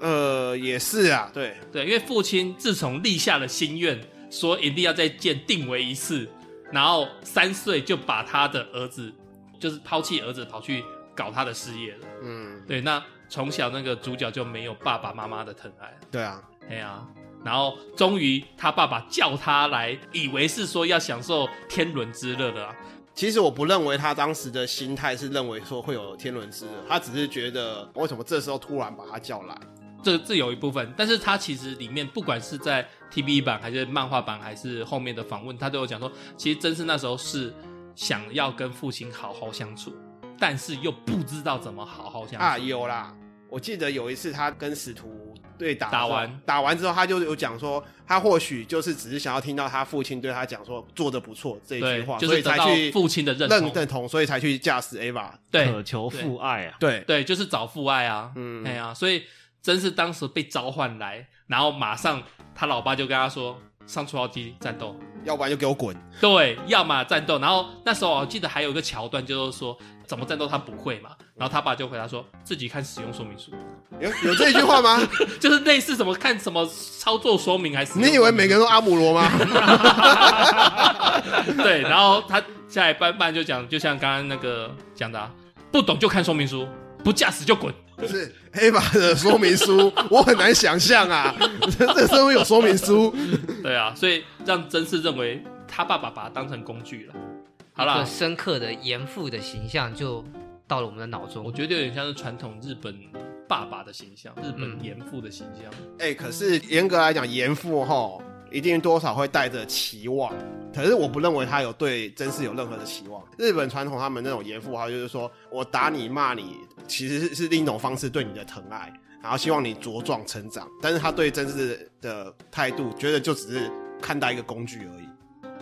Speaker 1: 呃，也是啊，对，
Speaker 4: 对，因为父亲自从立下了心愿，说一定要再见定为一次，然后三岁就把他的儿子，就是抛弃儿子跑去搞他的事业了。
Speaker 1: 嗯，
Speaker 4: 对，那从小那个主角就没有爸爸妈妈的疼爱。
Speaker 1: 对啊，
Speaker 4: 哎呀、然后终于他爸爸叫他来，以为是说要享受天伦之乐的啊。
Speaker 1: 其实我不认为他当时的心态是认为说会有天伦之乐，他只是觉得为什么这时候突然把他叫来，
Speaker 4: 这这有一部分，但是他其实里面不管是在 TV 版还是漫画版，还是后面的访问，他都有讲说，其实真是那时候是想要跟父亲好好相处，但是又不知道怎么好好相处
Speaker 1: 啊，有啦，我记得有一次他跟使徒对打的时候
Speaker 4: 打完，
Speaker 1: 打完之后他就有讲说，他或许就是只是想要听到他父亲对他讲说做的不错这一句
Speaker 4: 对
Speaker 1: 话，，
Speaker 4: 就
Speaker 1: 所
Speaker 4: 是
Speaker 1: 以
Speaker 4: 得
Speaker 1: 才
Speaker 4: 到
Speaker 1: 去
Speaker 4: 父亲的认
Speaker 1: 认
Speaker 4: 同，
Speaker 1: 认同，所以才去驾驶 Ava。
Speaker 4: 对
Speaker 2: 渴求父爱啊，
Speaker 1: 对，
Speaker 4: 对，就是找父爱啊，
Speaker 1: 嗯
Speaker 4: 哎呀、所以真是当时被召唤来，然后马上他老爸就跟他说，上出号机战斗，
Speaker 1: 要不然就给我滚。
Speaker 4: 对，要么战斗。然后那时候我记得还有一个桥段，就是说怎么战斗他不会嘛。然后他爸就回答说自己看使用说明书，
Speaker 1: 有有这一句话吗？
Speaker 4: 就是类似什么看什么操作说明还是
Speaker 1: 你以为每个人都阿姆罗吗？
Speaker 4: 对？然后他下一半半就讲，就像刚刚那个讲的、啊，不懂就看说明书，不驾驶就滚。
Speaker 1: 不是 Ava 的说明书， 我很难想象啊， 这上面有说明书。
Speaker 4: 对啊，所以让真嗣认为他爸爸把他当成工具了。好
Speaker 5: 一
Speaker 4: 啦
Speaker 5: 个，深刻的严父的形象就到了我们的脑
Speaker 4: 我
Speaker 5: 中。
Speaker 4: 觉得有点像是传统日本爸爸的形象，日本
Speaker 5: 嗯
Speaker 4: 严父的形象。
Speaker 1: 哎、可是严格来讲，严父吼一定多少会带着期望，可是我不认为他有对真嗣有任何的期望。日本传统他们那种严父，他就是说我打你骂你，其实是是另一种方式对你的疼爱，然后希望你茁壮成长。但是他对真嗣的态度，觉得就只是看待一个工具而已，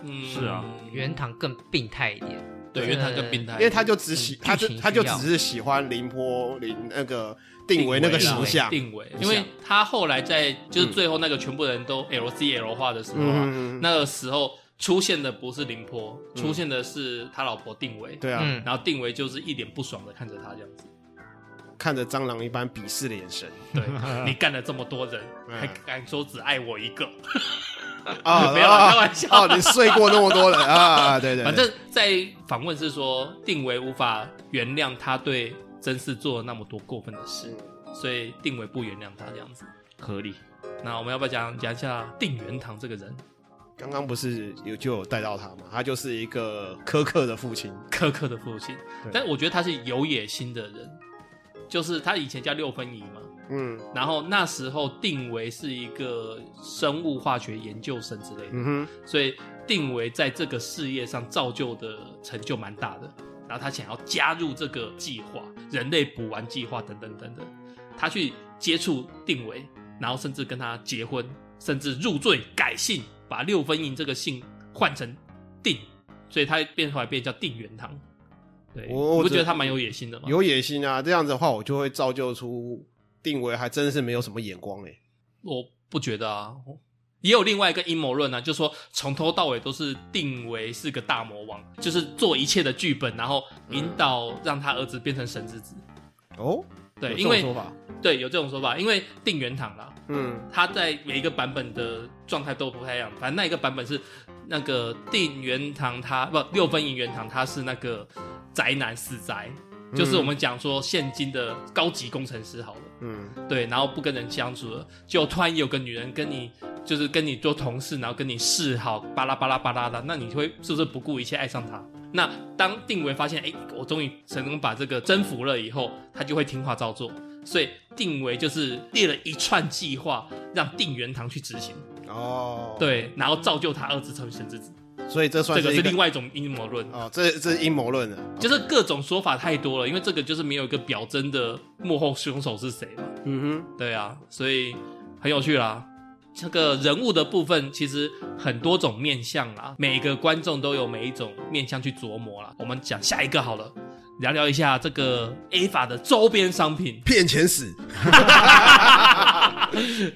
Speaker 4: 嗯，
Speaker 2: 是啊，
Speaker 5: 原堂更病态一点，
Speaker 4: 对，
Speaker 5: 呃
Speaker 4: 因为他跟病态，
Speaker 1: 因为他就只喜、
Speaker 5: 嗯
Speaker 1: 他就
Speaker 5: 剧情需要
Speaker 1: 他就只是喜欢凌波林那个定为
Speaker 4: 为
Speaker 1: 那个
Speaker 4: 啦
Speaker 1: 形象。
Speaker 4: 定为，因为他后来在就是最后那个全部人都 L C L 化的时候啊，
Speaker 1: 嗯，
Speaker 4: 那个时候出现的不是凌波，出现的是他老婆定为，
Speaker 1: 对啊，
Speaker 5: 嗯，
Speaker 4: 然后定为就是一脸不爽的看着他这样子，
Speaker 1: 看着蟑螂一般鄙视的眼 神
Speaker 4: 对 你干了这么多人，
Speaker 1: 嗯
Speaker 4: 还敢说只爱我一个？
Speaker 1: 啊
Speaker 4: 没有啦开玩笑
Speaker 1: 哦，你睡过那么多人啊，对对，对
Speaker 4: 反正，在访问是说，定为无法原谅他对真嗣做了那么多过分的事，
Speaker 1: 嗯
Speaker 4: 所以定为不原谅他这样子。
Speaker 2: 合理。
Speaker 4: 那我们要不要讲讲一下定元堂这个人？
Speaker 1: 刚刚不是有就有带到他嘛，他就是一个苛刻的父亲，
Speaker 4: 苛刻的父亲，
Speaker 1: 对
Speaker 4: 但我觉得他是有野心的人，就是他以前叫六分仪嘛，
Speaker 1: 嗯
Speaker 4: 然后那时候定为是一个生物化学研究生之类的，
Speaker 1: 嗯
Speaker 4: 所以定为在这个事业上造就的成就蛮大的。然后他想要加入这个计划，人类补完计划等等等等，他去接触定为，然后甚至跟他结婚，甚至入赘改姓，把六分银这个姓换成定，所以他变出来变叫定元堂。对，
Speaker 1: 我
Speaker 4: 你不觉
Speaker 1: 这
Speaker 4: 得他蛮有野心的吗
Speaker 1: 哼，？有野心啊，这样子的话，我就会造就出定为还真是没有什么眼光哎、
Speaker 4: 我不觉得啊，也有另外一个阴谋论啊，就说从头到尾都是定为是个大魔王，就是做一切的剧本，然后
Speaker 1: 嗯
Speaker 4: 引导让他儿子变成神之子。
Speaker 1: 哦，
Speaker 4: 对，
Speaker 1: 有这
Speaker 4: 因
Speaker 1: 种
Speaker 4: 为
Speaker 1: 说法，
Speaker 4: 对有这种说法，因为定元堂啦，
Speaker 1: 嗯
Speaker 4: 他在每一个版本的状态都不太一样。反正那一个版本是那个定元堂他，不六分银元堂，他是那个宅男死宅，就是我们讲说现今的高级工程师好了。
Speaker 1: 嗯，
Speaker 4: 对，然后不跟人相处了，就突然有个女人跟你，就是跟你做同事，然后跟你示好，巴拉巴拉巴拉的，那你会是不是不顾一切爱上她？那当定为发现，哎，我终于成功把这个征服了以后，他就会听话照做。所以定为就是列了一串计划，让定元堂去执行，
Speaker 1: 哦，，
Speaker 4: 对，然后造就他儿子成为神之子。
Speaker 1: 所以这算
Speaker 4: 这
Speaker 1: 是
Speaker 4: 个
Speaker 1: 一
Speaker 4: 是
Speaker 1: 个
Speaker 4: 另外一种阴谋论。
Speaker 1: 哦，这这是阴谋论的，
Speaker 4: 就是各种说法太多了，因为这个就是没有一个表征的幕后凶手是谁嘛。
Speaker 1: 嗯哼，。
Speaker 4: 对啊，所以很有趣啦。这个人物的部分其实很多种面相啦，每个观众都有每一种面相去琢磨啦。我们讲下一个好了，聊聊一下这个 A 法的周边商品
Speaker 1: 骗钱史，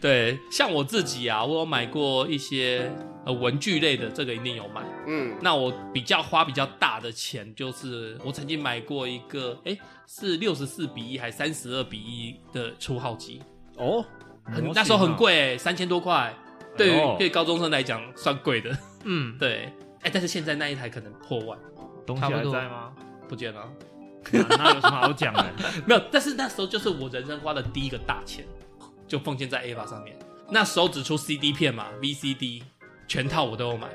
Speaker 4: 对，像我自己啊，我有买过一些呃文具类的，这个一定有买。
Speaker 1: 嗯
Speaker 4: 那我比较花比较大的钱，就是我曾经买过一个，哎、是六十四比一还三十二比一的初号机，
Speaker 1: 哦，
Speaker 4: 很
Speaker 2: 模型
Speaker 4: 那时候很
Speaker 2: 啊，
Speaker 4: 贵、欸，三千多块，对
Speaker 2: 哎呦
Speaker 4: 于对高中生来讲算贵的。
Speaker 5: 嗯，
Speaker 4: 对，哎、但是现在那一台可能破万
Speaker 2: 东西
Speaker 5: 差不
Speaker 2: 还
Speaker 5: 多
Speaker 2: 在吗？
Speaker 4: 不见了，
Speaker 2: 那那有什么好讲 的？
Speaker 4: 没有。但是那时候就是我人生花的第一个大钱，就奉献在 A 吧上面。那时候只出 CD 片嘛，VCD 全套我都有买，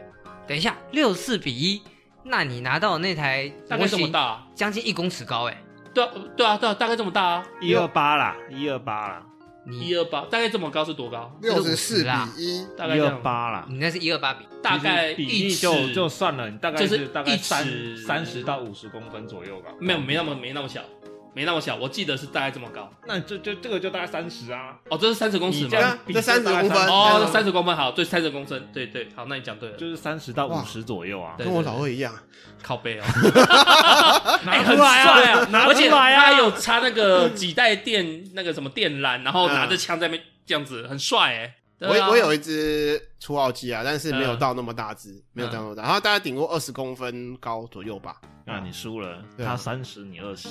Speaker 5: 等一下，六四比一，那你拿到的那台
Speaker 4: 大概
Speaker 5: 模
Speaker 4: 这么
Speaker 5: 型
Speaker 4: 大、啊。
Speaker 5: 将近一公尺高哎，
Speaker 4: 对啊，呃对啊，对啊，大概这么大啊，
Speaker 2: 一二八啦，一二八啦，
Speaker 4: 一
Speaker 5: 你
Speaker 4: 二八，大概这么高是多高？
Speaker 1: 六十四
Speaker 5: 54啦
Speaker 1: 比一，
Speaker 4: 大概
Speaker 2: 一
Speaker 4: 这
Speaker 2: 二
Speaker 4: 样，嗯
Speaker 2: 八啦，
Speaker 5: 你那是一二八比，
Speaker 4: 大概
Speaker 2: 比
Speaker 4: 一
Speaker 2: 例
Speaker 4: 尺
Speaker 2: 就就算了，你大概
Speaker 4: 就是
Speaker 2: 是大概
Speaker 4: 一
Speaker 2: 三
Speaker 4: 尺
Speaker 2: 三十到五十公分左右吧。
Speaker 4: 没有没那么没那么小，没那么小，我记得是大概这么高。
Speaker 2: 那就就这个就大概三十啊，
Speaker 4: 哦，这是三十公尺
Speaker 2: 你
Speaker 4: 吗
Speaker 2: 这？样
Speaker 1: 这
Speaker 2: 比
Speaker 1: 30
Speaker 2: 大概啊
Speaker 1: 公分
Speaker 4: 哦，三十公分好，对，三十公分，对对，好，那你讲对了，
Speaker 2: 嗯就是三十到
Speaker 1: 哇
Speaker 2: 五十左右啊。
Speaker 4: 对
Speaker 1: 跟我老二一样，
Speaker 4: 靠 背哦，
Speaker 2: 拿
Speaker 4: 很
Speaker 2: 出来
Speaker 4: 帅
Speaker 2: 啊
Speaker 4: 啊，，
Speaker 2: 拿
Speaker 4: 而
Speaker 2: 出
Speaker 4: 且
Speaker 2: 来
Speaker 4: 他还
Speaker 2: 啊！
Speaker 4: 有插那个几代电那个什么电缆，然后拿着枪在那边这样子，很帅哎。对
Speaker 1: 我
Speaker 4: 啊
Speaker 1: 我有一只初号机啊，但是没有
Speaker 4: 嗯
Speaker 1: 到那么大只，没有到那么大，然后大概顶过二十公分高左右吧，
Speaker 2: 那你输了，
Speaker 1: 对啊
Speaker 2: 他三十，你二十。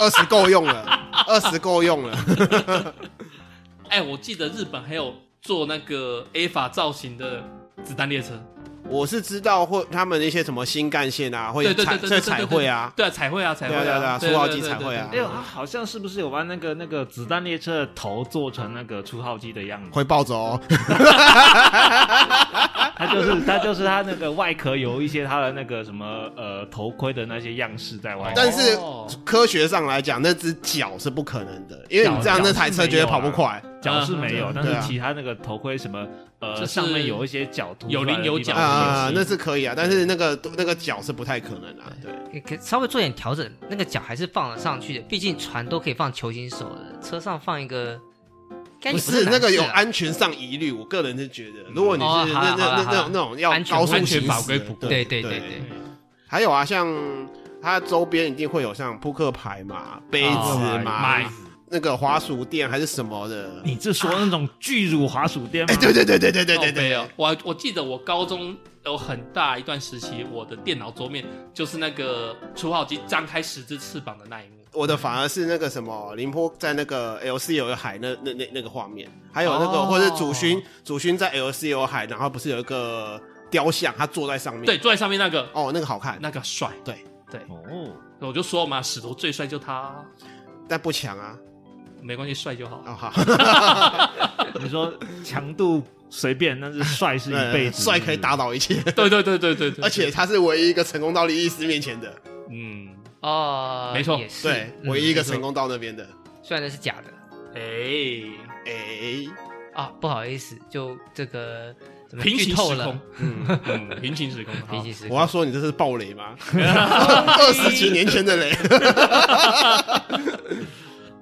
Speaker 1: 二十够用了，二十够用了，
Speaker 4: 哎，我记得日本还有做那个 A 法造型的子弹列车，
Speaker 1: 我是知道会他们一些什么新干线啊，会
Speaker 4: 对对
Speaker 1: 彩
Speaker 4: 对对对
Speaker 1: 这彩绘啊，
Speaker 4: 对啊，彩绘啊，彩绘
Speaker 1: 对啊对啊
Speaker 4: 啊，
Speaker 1: 对啊初号机彩绘啊
Speaker 2: 哎呦，他好像是不是有把那个那个子弹列车的头做成那个初号机的样子？
Speaker 1: 会暴走哦，
Speaker 2: 它就是它就是它那个外壳有一些它的那个什么呃头盔的那些样式在外面。
Speaker 1: 但是
Speaker 4: 哦
Speaker 1: 科学上来讲，那只脚是不可能的，因为你这样
Speaker 2: 脚
Speaker 1: 那台车绝对跑不快。
Speaker 2: 脚是没有，
Speaker 4: 嗯
Speaker 2: 但
Speaker 1: 对
Speaker 2: 是
Speaker 1: 啊
Speaker 2: 其他那个头盔什么
Speaker 4: 就是
Speaker 2: 呃上面有一些角度，
Speaker 4: 有棱有角
Speaker 1: 啊
Speaker 4: 脚
Speaker 1: 啊，那
Speaker 2: 是
Speaker 1: 是可以啊，但是那个那个脚是不太可能啊。对，
Speaker 5: 你可稍微做点调整，那个脚还是放得上去的，毕竟船都可以放球形手的，车上放一个，该
Speaker 1: 不
Speaker 5: 是啊
Speaker 1: 是那个有
Speaker 5: 安。
Speaker 1: 安全上疑虑，我个人是觉得，如果你
Speaker 5: 哦
Speaker 1: 是
Speaker 5: 好
Speaker 1: 那
Speaker 5: 啦好
Speaker 1: 那
Speaker 5: 啦
Speaker 1: 那那种那种要
Speaker 5: 安全
Speaker 1: 高速
Speaker 5: 安
Speaker 1: 行
Speaker 5: 全
Speaker 1: 驶
Speaker 4: 法规
Speaker 1: 的
Speaker 4: 不
Speaker 5: 对
Speaker 1: 对
Speaker 5: 对对对，
Speaker 1: 还有啊，像它周边一定会有像扑克牌嘛、杯
Speaker 4: 哦
Speaker 1: 子嘛、
Speaker 4: 买
Speaker 1: 那个滑鼠店还是什么的。
Speaker 2: 你是说那种巨乳滑鼠店吗？
Speaker 1: 哎，对对对对对对对
Speaker 4: 靠背
Speaker 1: 对
Speaker 4: 哦，，我我记得我高中有很大一段时期，我的电脑桌面就是那个除号机张开十只翅膀的那一幕。
Speaker 1: 我的反而是那个什么，宁波在那个 LCL 有海那那那那个画面，还有那个、
Speaker 4: 哦
Speaker 1: 或者祖勋，祖勋在 LCL 海，然后不是有一个雕像，他坐在上面，
Speaker 4: 对，，坐在上面那个，
Speaker 1: 哦，那个好看，
Speaker 4: 那个帅，
Speaker 1: 对，
Speaker 2: 哦，
Speaker 4: 我就说嘛，使徒最帅就他，
Speaker 1: 但不强啊，
Speaker 4: 没关系，帅就好。
Speaker 1: 哦好，
Speaker 2: 你说强度随便，但是帅是一辈
Speaker 1: 嗯
Speaker 2: 子，
Speaker 1: 帅可以打倒一切，
Speaker 4: 对对对对对对，
Speaker 1: 而且他是唯一一个成功到利益斯面前的，
Speaker 4: 嗯，
Speaker 5: 哦，
Speaker 4: 没错
Speaker 5: 也是，
Speaker 1: 对，
Speaker 5: 嗯
Speaker 1: 唯一一个成功到那边的，
Speaker 5: 虽然那是假的
Speaker 4: 哎，
Speaker 1: 哎、
Speaker 5: 啊，不好意思，就这个怎么
Speaker 4: 平
Speaker 5: 剧
Speaker 4: 行
Speaker 5: 透
Speaker 4: 时
Speaker 5: 了
Speaker 4: 空，，嗯，平行时空，好
Speaker 5: 平行时
Speaker 1: 我
Speaker 5: 空
Speaker 1: 要说你这是暴雷 吗？二十几年前的雷，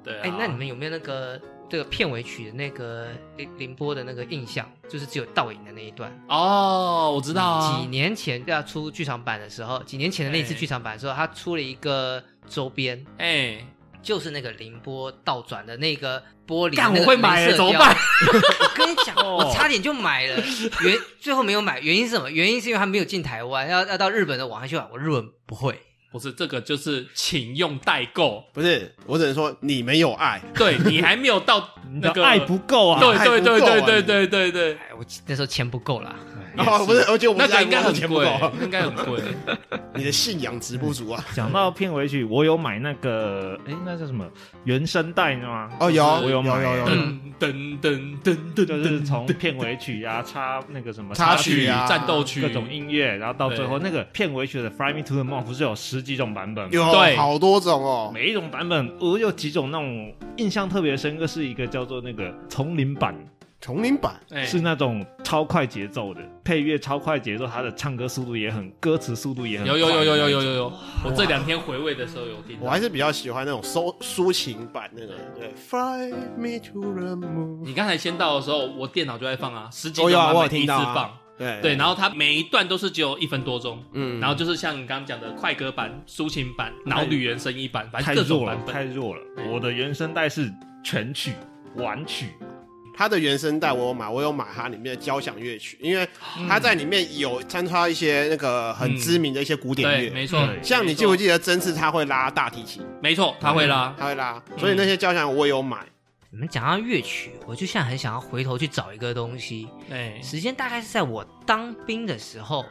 Speaker 4: 对啊。
Speaker 5: 哎、那你们有没有那个这个片尾曲的那个林林波的那个印象？就是只有倒影的那一段。
Speaker 4: 哦，我知道
Speaker 5: 几
Speaker 4: 啊，
Speaker 5: 年前要出剧场版的时候，几年前的那一次
Speaker 4: 哎
Speaker 5: 剧场版的时候，他出了一个周边，
Speaker 4: 哎，
Speaker 5: 就是那个凌波倒转的那个玻璃。
Speaker 4: 干
Speaker 5: 那个
Speaker 4: 我会买
Speaker 5: 镭射
Speaker 4: 怎么
Speaker 5: 雕
Speaker 4: 办？
Speaker 5: 我跟你讲，
Speaker 2: 哦
Speaker 5: 我差点就买了，原最后没有买，原因是什么？原因是因为他没有进台湾，要要到日本的网上去买，我日文不会。
Speaker 4: 不是这个，就是请用代购，
Speaker 1: 不是，我只能说你没有爱，
Speaker 4: 对你还没有到
Speaker 2: 你的
Speaker 4: 那个
Speaker 2: 爱不够啊，
Speaker 4: 对对对
Speaker 1: 还
Speaker 4: 对
Speaker 1: 不够啊
Speaker 4: 对对对对，
Speaker 5: 哎，我那时候钱不够啦，
Speaker 1: 哦，不是，而且我们
Speaker 4: 哎那
Speaker 1: 家
Speaker 4: 个应该很
Speaker 1: 钱不
Speaker 4: 贵
Speaker 1: 够，，
Speaker 4: 应该很贵。
Speaker 1: 你的信仰值不足啊。
Speaker 2: 讲到片尾曲，我有买那个，哎，那叫什么原声带吗？
Speaker 1: 哦，有
Speaker 2: 我有买
Speaker 1: 有有有，
Speaker 5: 嗯
Speaker 4: 噔噔噔噔噔，
Speaker 2: 就是从片尾曲啊，插那个什么
Speaker 1: 插曲
Speaker 4: 曲
Speaker 1: 啊
Speaker 4: 战斗曲
Speaker 2: 各种音乐，然后到最后
Speaker 4: 对
Speaker 2: 那个片尾曲的《Fly Me to the Moon》不是有十几种版本吗？
Speaker 1: 有
Speaker 4: 嗯对
Speaker 1: 好多种哦。
Speaker 2: 每一种版本，我有几种那种印象特别深刻，是一个叫做那个丛林版，
Speaker 1: 丛林版
Speaker 4: 哎
Speaker 2: 是那种超快节奏的，配乐超快节奏，它的唱歌速度也很，歌词速度也
Speaker 1: 嗯
Speaker 2: 很
Speaker 4: 有有有有有有
Speaker 2: 有，
Speaker 4: 有有，我这两天回味的时候有听
Speaker 1: 我
Speaker 4: 到。
Speaker 1: 还是比较喜欢那种抒抒情版那个，对，Fly me to the moon。
Speaker 4: 你刚才先到的时候，我电脑就在放啊，十几
Speaker 1: 哦有啊
Speaker 4: 首
Speaker 1: 我有
Speaker 4: 版本
Speaker 1: 听
Speaker 4: 一次
Speaker 1: 到啊
Speaker 4: 放，
Speaker 1: 对
Speaker 4: 对，然后它每一段都是只有一分多钟，
Speaker 1: 嗯
Speaker 4: 然后就是像你刚刚讲的快歌版、抒情版、脑女人声音版，反
Speaker 2: 太
Speaker 4: 正各种
Speaker 2: 弱
Speaker 4: 版
Speaker 2: 了，
Speaker 4: 本嗯
Speaker 2: 太。弱了。我的原声带是全曲完曲，
Speaker 4: 哦
Speaker 1: 它的原声带我有买，我有买它里面的交响乐曲，因为它在里面有穿插一些那个很知名的一些古典
Speaker 4: 嗯对，
Speaker 1: 乐，
Speaker 4: 没错。
Speaker 2: 对
Speaker 1: 嗯像你记不
Speaker 4: 没错？
Speaker 1: 记得真次他会拉大提琴，
Speaker 4: 没错，他会拉。
Speaker 1: 他会拉，
Speaker 4: 嗯
Speaker 1: 所以那些交响我有买。
Speaker 5: 你们讲到乐曲，我就现在很想要回头去找一个东西，
Speaker 4: 哎，
Speaker 5: 时间大概是在我当兵的时候，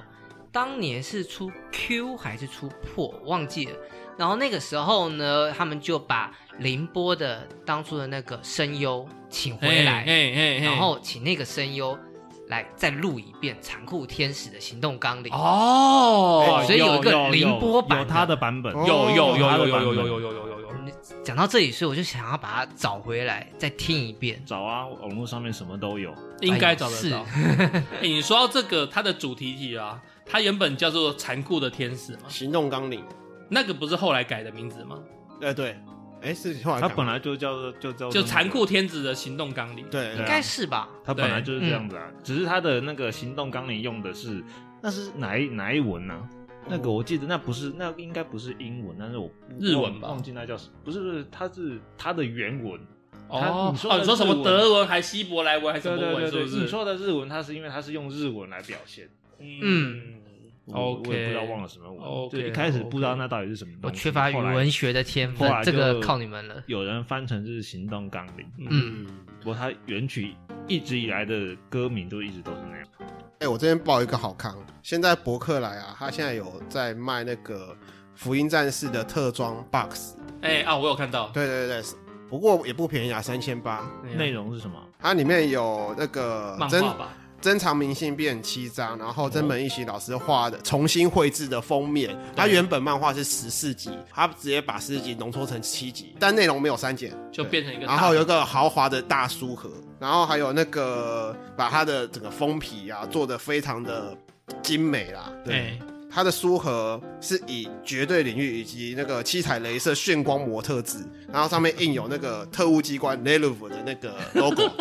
Speaker 5: 当年是出 Q 还是出破，忘记了。然后那个时候呢，他们就把凌波的当初的那个声优请回来，
Speaker 4: 哎哎，
Speaker 5: 然后请那个声优来再录一遍《残酷天使的行动纲领》
Speaker 4: 哦
Speaker 5: 哎，所以有一个
Speaker 2: 有
Speaker 5: 凌波版的
Speaker 2: 有他的版本，
Speaker 1: 哦
Speaker 4: 有有有
Speaker 2: 有他
Speaker 4: 有
Speaker 2: 的
Speaker 4: 有有有
Speaker 2: 版本
Speaker 4: 有有有有
Speaker 1: 哎
Speaker 4: 有。
Speaker 5: 讲到这里，所以我就想要把它找回来，再听一遍。
Speaker 2: 找啊，网络上面什么都有。
Speaker 4: 应该找得到。
Speaker 5: 哎
Speaker 4: 哎、你说到这个，它的主题曲啊，它原本叫做《残酷的天使》嘛，
Speaker 1: 行动纲领，
Speaker 4: 那个不是后来改的名字吗？
Speaker 1: 呃，对，哎，是后来
Speaker 2: 他
Speaker 1: 改
Speaker 2: 本来就叫做就叫做
Speaker 4: 就
Speaker 2: 那
Speaker 4: 《
Speaker 2: 个
Speaker 4: 残酷天使的行动纲领》。
Speaker 1: 对啊
Speaker 5: 应
Speaker 1: 对
Speaker 5: 该是吧？
Speaker 2: 他本来就是这样子啊，
Speaker 4: 嗯
Speaker 2: 只是他的那个行动纲领用的是那是哪一哪一文呢、那个我记得那不是那应该不是英文，但是我
Speaker 4: 日文吧
Speaker 2: 忘记那叫什不是不是，它是它的原文，它
Speaker 4: 哦
Speaker 2: 你说
Speaker 4: 哦，
Speaker 2: 的
Speaker 4: 你说什
Speaker 2: 日
Speaker 4: 么
Speaker 2: 文
Speaker 4: 德文还希伯来文还是什
Speaker 2: 对
Speaker 4: 么
Speaker 2: 对对
Speaker 4: 文，是
Speaker 2: 对，
Speaker 4: 不是？
Speaker 2: 你说的日文，它是因为它是用日文来表现，
Speaker 5: 嗯
Speaker 2: 我
Speaker 4: OK
Speaker 2: 我也不知道忘了什么文，
Speaker 4: OK，
Speaker 2: 对，一开始不知道那到底是什么
Speaker 5: 我
Speaker 2: 东西，
Speaker 5: 缺乏语
Speaker 2: 后来
Speaker 5: 文学的天
Speaker 2: 后
Speaker 5: 分，
Speaker 2: 来
Speaker 5: 这
Speaker 2: 就
Speaker 5: 个靠你们了。
Speaker 2: 有人翻成是行动纲领，
Speaker 5: 嗯，
Speaker 1: 嗯。
Speaker 2: 不过它原曲一直以来的歌名都一直都是那样。
Speaker 1: 哎、我这边报一个好康，现在博客来啊，他现在有在卖那个《福音战士》的特装 box，
Speaker 4: 哎、啊，我有看到。
Speaker 1: 对对对对，不过也不便宜啊，三千八。
Speaker 5: 哎嗯
Speaker 2: 内容是什么？
Speaker 1: 它里面有那个
Speaker 4: 漫
Speaker 1: 珍
Speaker 4: 画吧，
Speaker 1: 珍藏明信片七张，然后真本一喜老师画的重新绘制的封面。它原本漫画是十四集，他直接把十四集浓缩成七集，但内容没有删减，
Speaker 4: 就变成一个大。
Speaker 1: 然后有一个豪华的大书盒，然后还有那个把它的整个封皮啊做的非常的精美啦。对，
Speaker 4: 哎、
Speaker 1: 它的书盒是以绝对领域以及那个七彩镭射炫光模特制，然后上面印有那个特务机关 n e l u v 的那个 logo。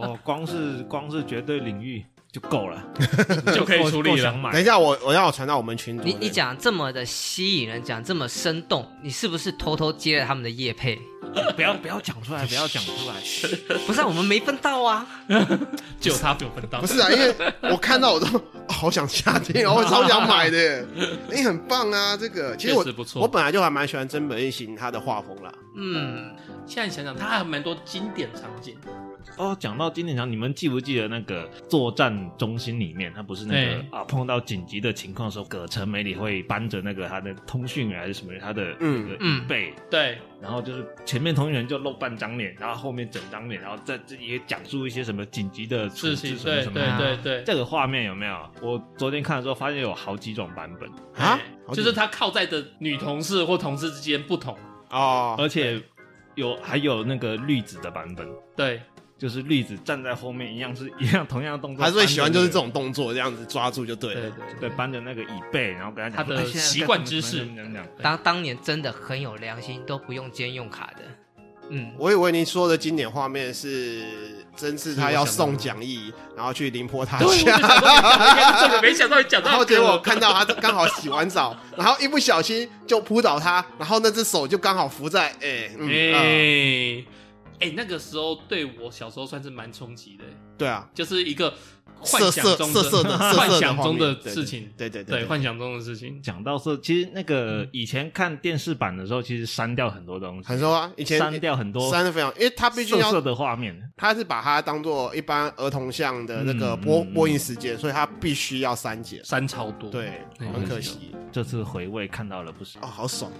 Speaker 2: 哦， 光是光是绝对领域就够了，
Speaker 4: 就可以出力了
Speaker 2: 够想
Speaker 1: 等
Speaker 2: 买
Speaker 1: 一下，我我让我传到我们群组里
Speaker 5: 你
Speaker 1: 面。
Speaker 5: 你讲这么的吸引人，讲这么生动，你是不是偷偷接了他们的叶配？
Speaker 2: 不要不要讲出来，不要讲出来，嘘
Speaker 5: 不是、啊、我们没分到啊，
Speaker 4: 只有他没有分到
Speaker 1: 不。是啊，因为我看到我都、哦好想下定哦，我超想买的 耶。你、很棒啊，这个其实我
Speaker 4: 确实不错
Speaker 1: 我本来就还蛮喜欢真本一行他的画风啦。
Speaker 5: 嗯，
Speaker 4: 现在想想，他还蛮多经典场景。
Speaker 2: 哦，讲到经典场，你们记不记得那个作战中心里面，他不是那个
Speaker 4: 对
Speaker 2: 啊，碰到紧急的情况的时候，葛城美里会搬着那个他的通讯员还是什么，他的
Speaker 1: 嗯
Speaker 2: 那个
Speaker 5: 嗯
Speaker 2: 椅背，
Speaker 4: 对，
Speaker 2: 然后就是前面同学就露半张脸，然后后面整张脸，然后再自己也讲述一些什么紧急的处置
Speaker 4: 事情，
Speaker 2: 什么
Speaker 4: 对
Speaker 2: 什么
Speaker 4: 对
Speaker 2: 的。
Speaker 4: 对对。
Speaker 2: 这个画面有没有？我昨天看的时候发现有好几种版本，
Speaker 1: 啊
Speaker 4: 哎，
Speaker 1: 好
Speaker 4: 就是他靠在的女同事或同事之间不同。
Speaker 1: 哦，
Speaker 2: 而且有还有那个绿子的版本，
Speaker 4: 对，
Speaker 2: 就是绿子站在后面一样是一样同样的动作，
Speaker 1: 还是会喜欢
Speaker 2: 搬
Speaker 1: 就
Speaker 2: 着那
Speaker 1: 是
Speaker 2: 个
Speaker 1: 这种动作，这样子抓住就对了。
Speaker 4: 对对
Speaker 2: 对，搬着那个椅背，然后跟他讲
Speaker 4: 他的
Speaker 2: 哎现在
Speaker 4: 习惯
Speaker 2: 该怎么
Speaker 4: 姿势
Speaker 2: 怎么怎么样
Speaker 5: 当当年真的很有良心，都不用兼用卡的。嗯，
Speaker 1: 我以为您说的经典画面是，真是他要送讲义，然后去临波他
Speaker 4: 啊对，我就
Speaker 1: 家
Speaker 4: 想，说你讲的应该是这个，没想到你 讲到。
Speaker 1: 然后结果我看到他刚好洗完澡，然后一不小心就扑倒他，然后那只手就刚好扶在，哎、嗯、啊
Speaker 4: 哎哎，那个时候对我小时候算是蛮冲击的，
Speaker 1: 对啊，
Speaker 4: 就是一个幻
Speaker 1: 色
Speaker 4: 想
Speaker 1: 色
Speaker 4: 中
Speaker 1: 色色 的色
Speaker 4: 幻
Speaker 1: 色
Speaker 4: 想
Speaker 1: 画
Speaker 4: 中的
Speaker 1: 面
Speaker 4: 事情，
Speaker 1: 对对
Speaker 4: 对
Speaker 1: 对
Speaker 4: 幻想中的事情。
Speaker 2: 讲到说，其实那个以前看电视版的时候，其实删掉很多东西，
Speaker 1: 很说啊，以前
Speaker 2: 删掉很多
Speaker 1: 删的非常，因为他毕竟
Speaker 2: 色
Speaker 1: 要
Speaker 2: 色的画面。
Speaker 1: 他是把它当做一般儿童像的那个
Speaker 2: 嗯
Speaker 1: 播、
Speaker 2: 嗯
Speaker 1: 播映时间，所以他必须要删减，
Speaker 4: 删超多，
Speaker 1: 对，
Speaker 4: 嗯
Speaker 1: 很可惜
Speaker 2: 这次回味看到了不少
Speaker 1: 哦，，好 爽，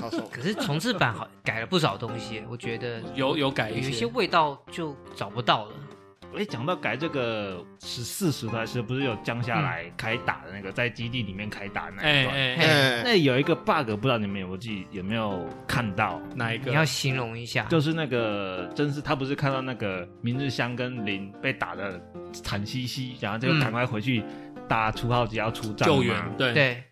Speaker 1: 好爽。
Speaker 5: 可是重置版好改了不少东西，我觉得
Speaker 4: 有有改
Speaker 5: 有一
Speaker 4: 一
Speaker 5: 些
Speaker 4: 些，
Speaker 5: 味道就找不到了。
Speaker 2: 哎，讲到改这个十四时代是不是有降下来开打的那个，在基地里面开打的那一
Speaker 4: 哎
Speaker 2: 段？
Speaker 4: 哎，哎
Speaker 1: 哎、
Speaker 2: 那有一个 bug，不知道你们有没有记有没有看到？
Speaker 4: 哪一
Speaker 5: 你
Speaker 4: 个？
Speaker 5: 要形容一下，
Speaker 2: 就是那个，真是他不是看到那个明日香跟林被打的惨兮兮，然后就
Speaker 5: 嗯
Speaker 2: 赶快回去搭出号机要出战
Speaker 4: 救
Speaker 2: 嘛
Speaker 4: 援，对，
Speaker 5: 对，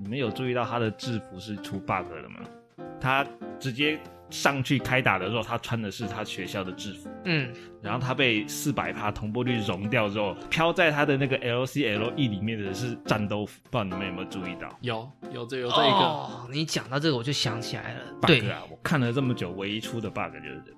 Speaker 2: 你们有注意到他的制服是出 bug 的吗？他直接上去开打的时候，他穿的是他学校的制服，
Speaker 5: 嗯，
Speaker 2: 然后他被四百帕同步率融掉之后，飘在他的那个 LCLE E 里面的是战斗服，不知道你们有没有注意到
Speaker 4: 有有这有这一个，
Speaker 5: 哦，你讲到这个我就想起来了，对
Speaker 2: bug，啊？我看了这么久，唯一出的 bug 就是这个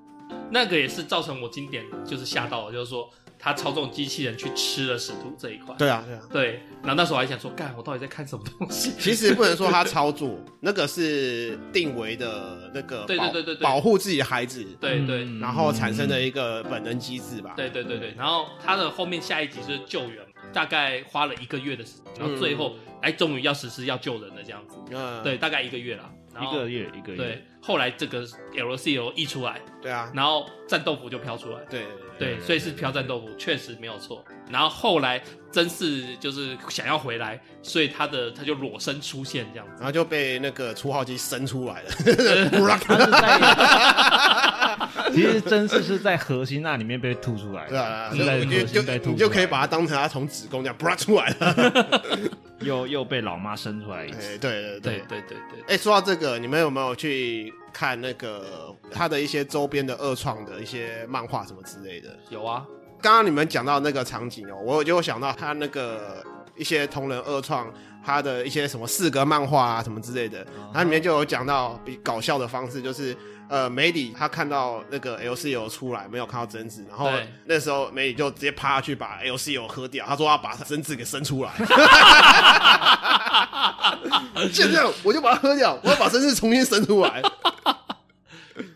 Speaker 4: 那个也是造成我经典就是吓到我，就是说他操纵机器人去吃了使徒这一块。
Speaker 1: 对啊，对啊。
Speaker 4: 对，然后那时候我还想说，干，我到底在看什么东西？
Speaker 1: 其实不能说他操作，那个是定为的那个保
Speaker 4: 对对对对对
Speaker 1: 保护自己的孩子，
Speaker 4: 对对
Speaker 2: 嗯
Speaker 1: 然后产生的一个本能机制吧。
Speaker 4: 对对对对，然后他的后面下一集就是救援，大概花了一个月的时间，然后最后哎，终于要实施要救人了这样子。
Speaker 1: 嗯，
Speaker 4: 对，大概一个月啦。然
Speaker 2: 一
Speaker 4: 后
Speaker 2: 个月一个月
Speaker 4: 对，后来这个 LCO 一出来，
Speaker 1: 对啊，
Speaker 4: 然后战斗服就飘出来。
Speaker 1: 对
Speaker 4: 对，所以是飘战斗服，确实没有错。然后后来真是就是想要回来，所以他的他就裸身出现这样子。
Speaker 1: 然后就被那个初号机生出来了，
Speaker 2: 他是在，其实真是是在核嗯心那里面被吐出来的，
Speaker 1: 对啊，
Speaker 2: 是在
Speaker 1: 所以你
Speaker 2: 核
Speaker 1: 就
Speaker 2: 心被
Speaker 1: 就
Speaker 2: 吐出啊来
Speaker 1: 你就可以把它当成它从子宫这样 bra 出来了。
Speaker 2: 又又被老妈生出来一
Speaker 1: 哎，对对
Speaker 2: 次，
Speaker 1: 对。
Speaker 4: 对对对对，
Speaker 1: 哎，说到这个，你们有没有去看那个它的一些周边的二创的一些漫画什么之类的？
Speaker 4: 有啊，
Speaker 1: 刚刚你们讲到那个场景哦、我就想到他那个一些同人二创，他的一些什么四格漫画啊什么之类的，它里面就有讲到比搞笑的方式，就是呃梅里他看到那个 L C O 出来没有看到贞子，然后
Speaker 4: 对
Speaker 1: 那时候梅里就直接趴下去把 L C O 喝掉，他说要把贞子给生出来，现在我就把它喝掉，我要把贞子重新生出来，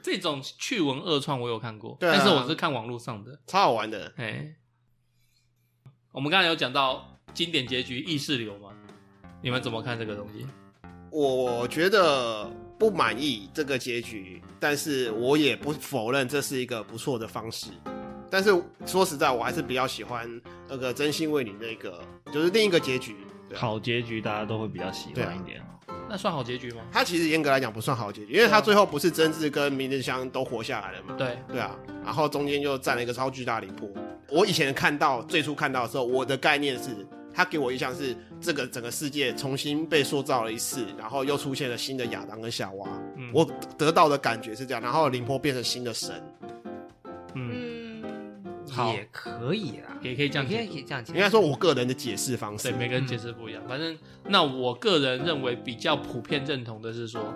Speaker 4: 这种趣闻恶创我有看过，
Speaker 1: 对啊
Speaker 4: 但是我是看网络上的。
Speaker 1: 超好玩的。
Speaker 4: 哎，我们刚才有讲到经典结局意识流嘛，你们怎么看这个东西？
Speaker 1: 我觉得不满意这个结局，但是我也不否认这是一个不错的方式。但是说实在，我还是比较喜欢那个真心为你那个，就是另一个结局。对啊，
Speaker 2: 好结局大家都会比较喜欢一点。啊
Speaker 4: 那算好结局吗？
Speaker 1: 他其实严格来讲不算好结局，因为他最后不是真治跟明日香都活下来了嘛。
Speaker 4: 对，
Speaker 1: 对啊，然后中间就占了一个超巨大的一波。我以前看到最初看到的时候，我的概念是，他给我印象是这个整个世界重新被塑造了一次，然后又出现了新的亚当跟夏娃。
Speaker 4: 嗯
Speaker 1: 我得到的感觉是这样，然后林波变成新的神，
Speaker 4: 嗯，好
Speaker 5: 也可以啦，
Speaker 4: 也可以这样
Speaker 5: 也可
Speaker 4: 解
Speaker 5: 以
Speaker 4: 读。
Speaker 5: 这样讲。
Speaker 1: 应该说我个人的解释方式
Speaker 4: 对，。每个人解释不一样。反正，那我个人认为比较普遍认同的是说，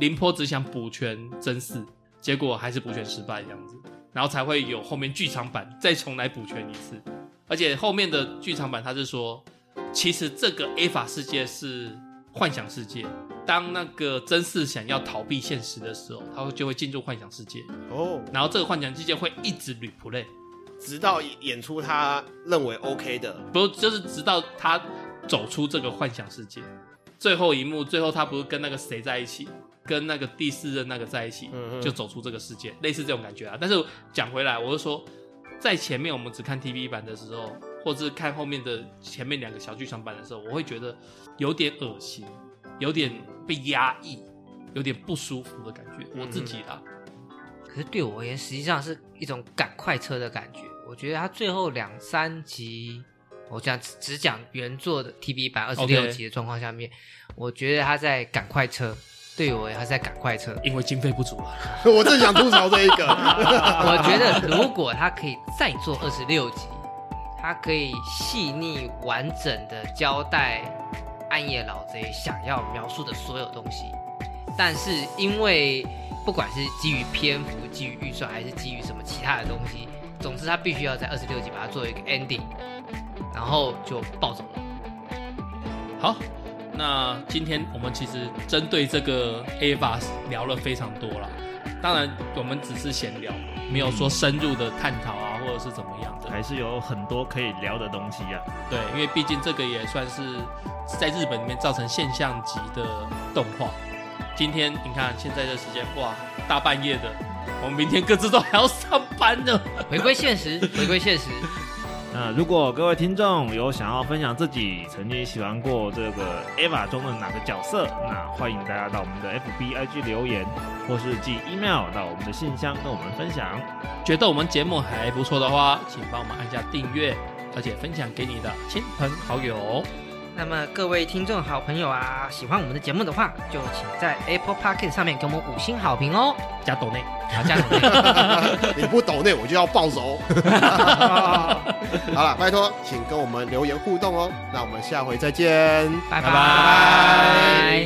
Speaker 4: 林坡只想补全真嗣，结果还是补全失败这样子，然后才会有后面剧场版再重来补全一次。而且后面的剧场版他是说，其实这个 A 法世界是幻想世界，当那个真嗣想要逃避现实的时候，他会就会进入幻想世界，
Speaker 1: 哦，
Speaker 4: 然后这个幻想世界会一直 replay，
Speaker 1: 直到演出他认为 OK 的，
Speaker 4: 不就是直到他走出这个幻想世界，最后一幕，最后他不是跟那个谁在一起，跟那个第四任那个在一起，
Speaker 1: 嗯
Speaker 4: 就走出这个世界，类似这种感觉啊。但是讲回来，我是说，在前面我们只看 TV 版的时候，或是看后面的前面两个小剧场版的时候，我会觉得有点恶心，有点被压抑，有点不舒服的感觉。我自己啊啦，
Speaker 5: 可是对我而言，实际上是一种赶快车的感觉。我觉得他最后两三集，我讲只只讲原作的 TV 版二十
Speaker 4: OK
Speaker 5: 六集的状况下面我觉得他在赶快车。对我而言，他在赶快车。
Speaker 4: 因为经费不足啊。
Speaker 1: 我正想吐槽这一个，
Speaker 5: 我觉得如果他可以再做二十六集，他可以细腻完整的交代暗夜老贼想要描述的所有东西，但是因为不管是基于篇幅、基于预算，还是基于什么其他的东西，总之他必须要在二十六集把它做一个 ending，然后就暴走了。
Speaker 4: 好，那今天我们其实针对这个 A v a 聊了非常多了，当然我们只是闲聊，没有说深入的探讨啊，或者是怎么样的。
Speaker 2: 还是有很多可以聊的东西啊。
Speaker 4: 对，因为毕竟这个也算是在日本里面造成现象级的动画。今天你看现在的时间，哇，大半夜的，我们明天各自都还要上班呢。
Speaker 5: 回归现实，回归现实，
Speaker 2: 那如果各位听众有想要分享自己曾经喜欢过这个 EVA 中的哪个角色，那欢迎大家到我们的 FB IG 留言，或是寄 email 到我们的信箱跟我们分享。
Speaker 4: 觉得我们节目还不错的话，请帮我们按下订阅，而且分享给你的亲朋好友哦。
Speaker 5: 那么各位听众好朋友啊，喜欢我们的节目的话，就请在 Apple p o c k e t 上面给我们五星好评哦。
Speaker 4: 加抖内。
Speaker 5: 好，这样子可以
Speaker 1: 你不抖内我就要暴 走。好了，拜托，请跟我们留言互动哦。那我们下回再见。
Speaker 5: 拜
Speaker 4: 拜拜
Speaker 5: 拜。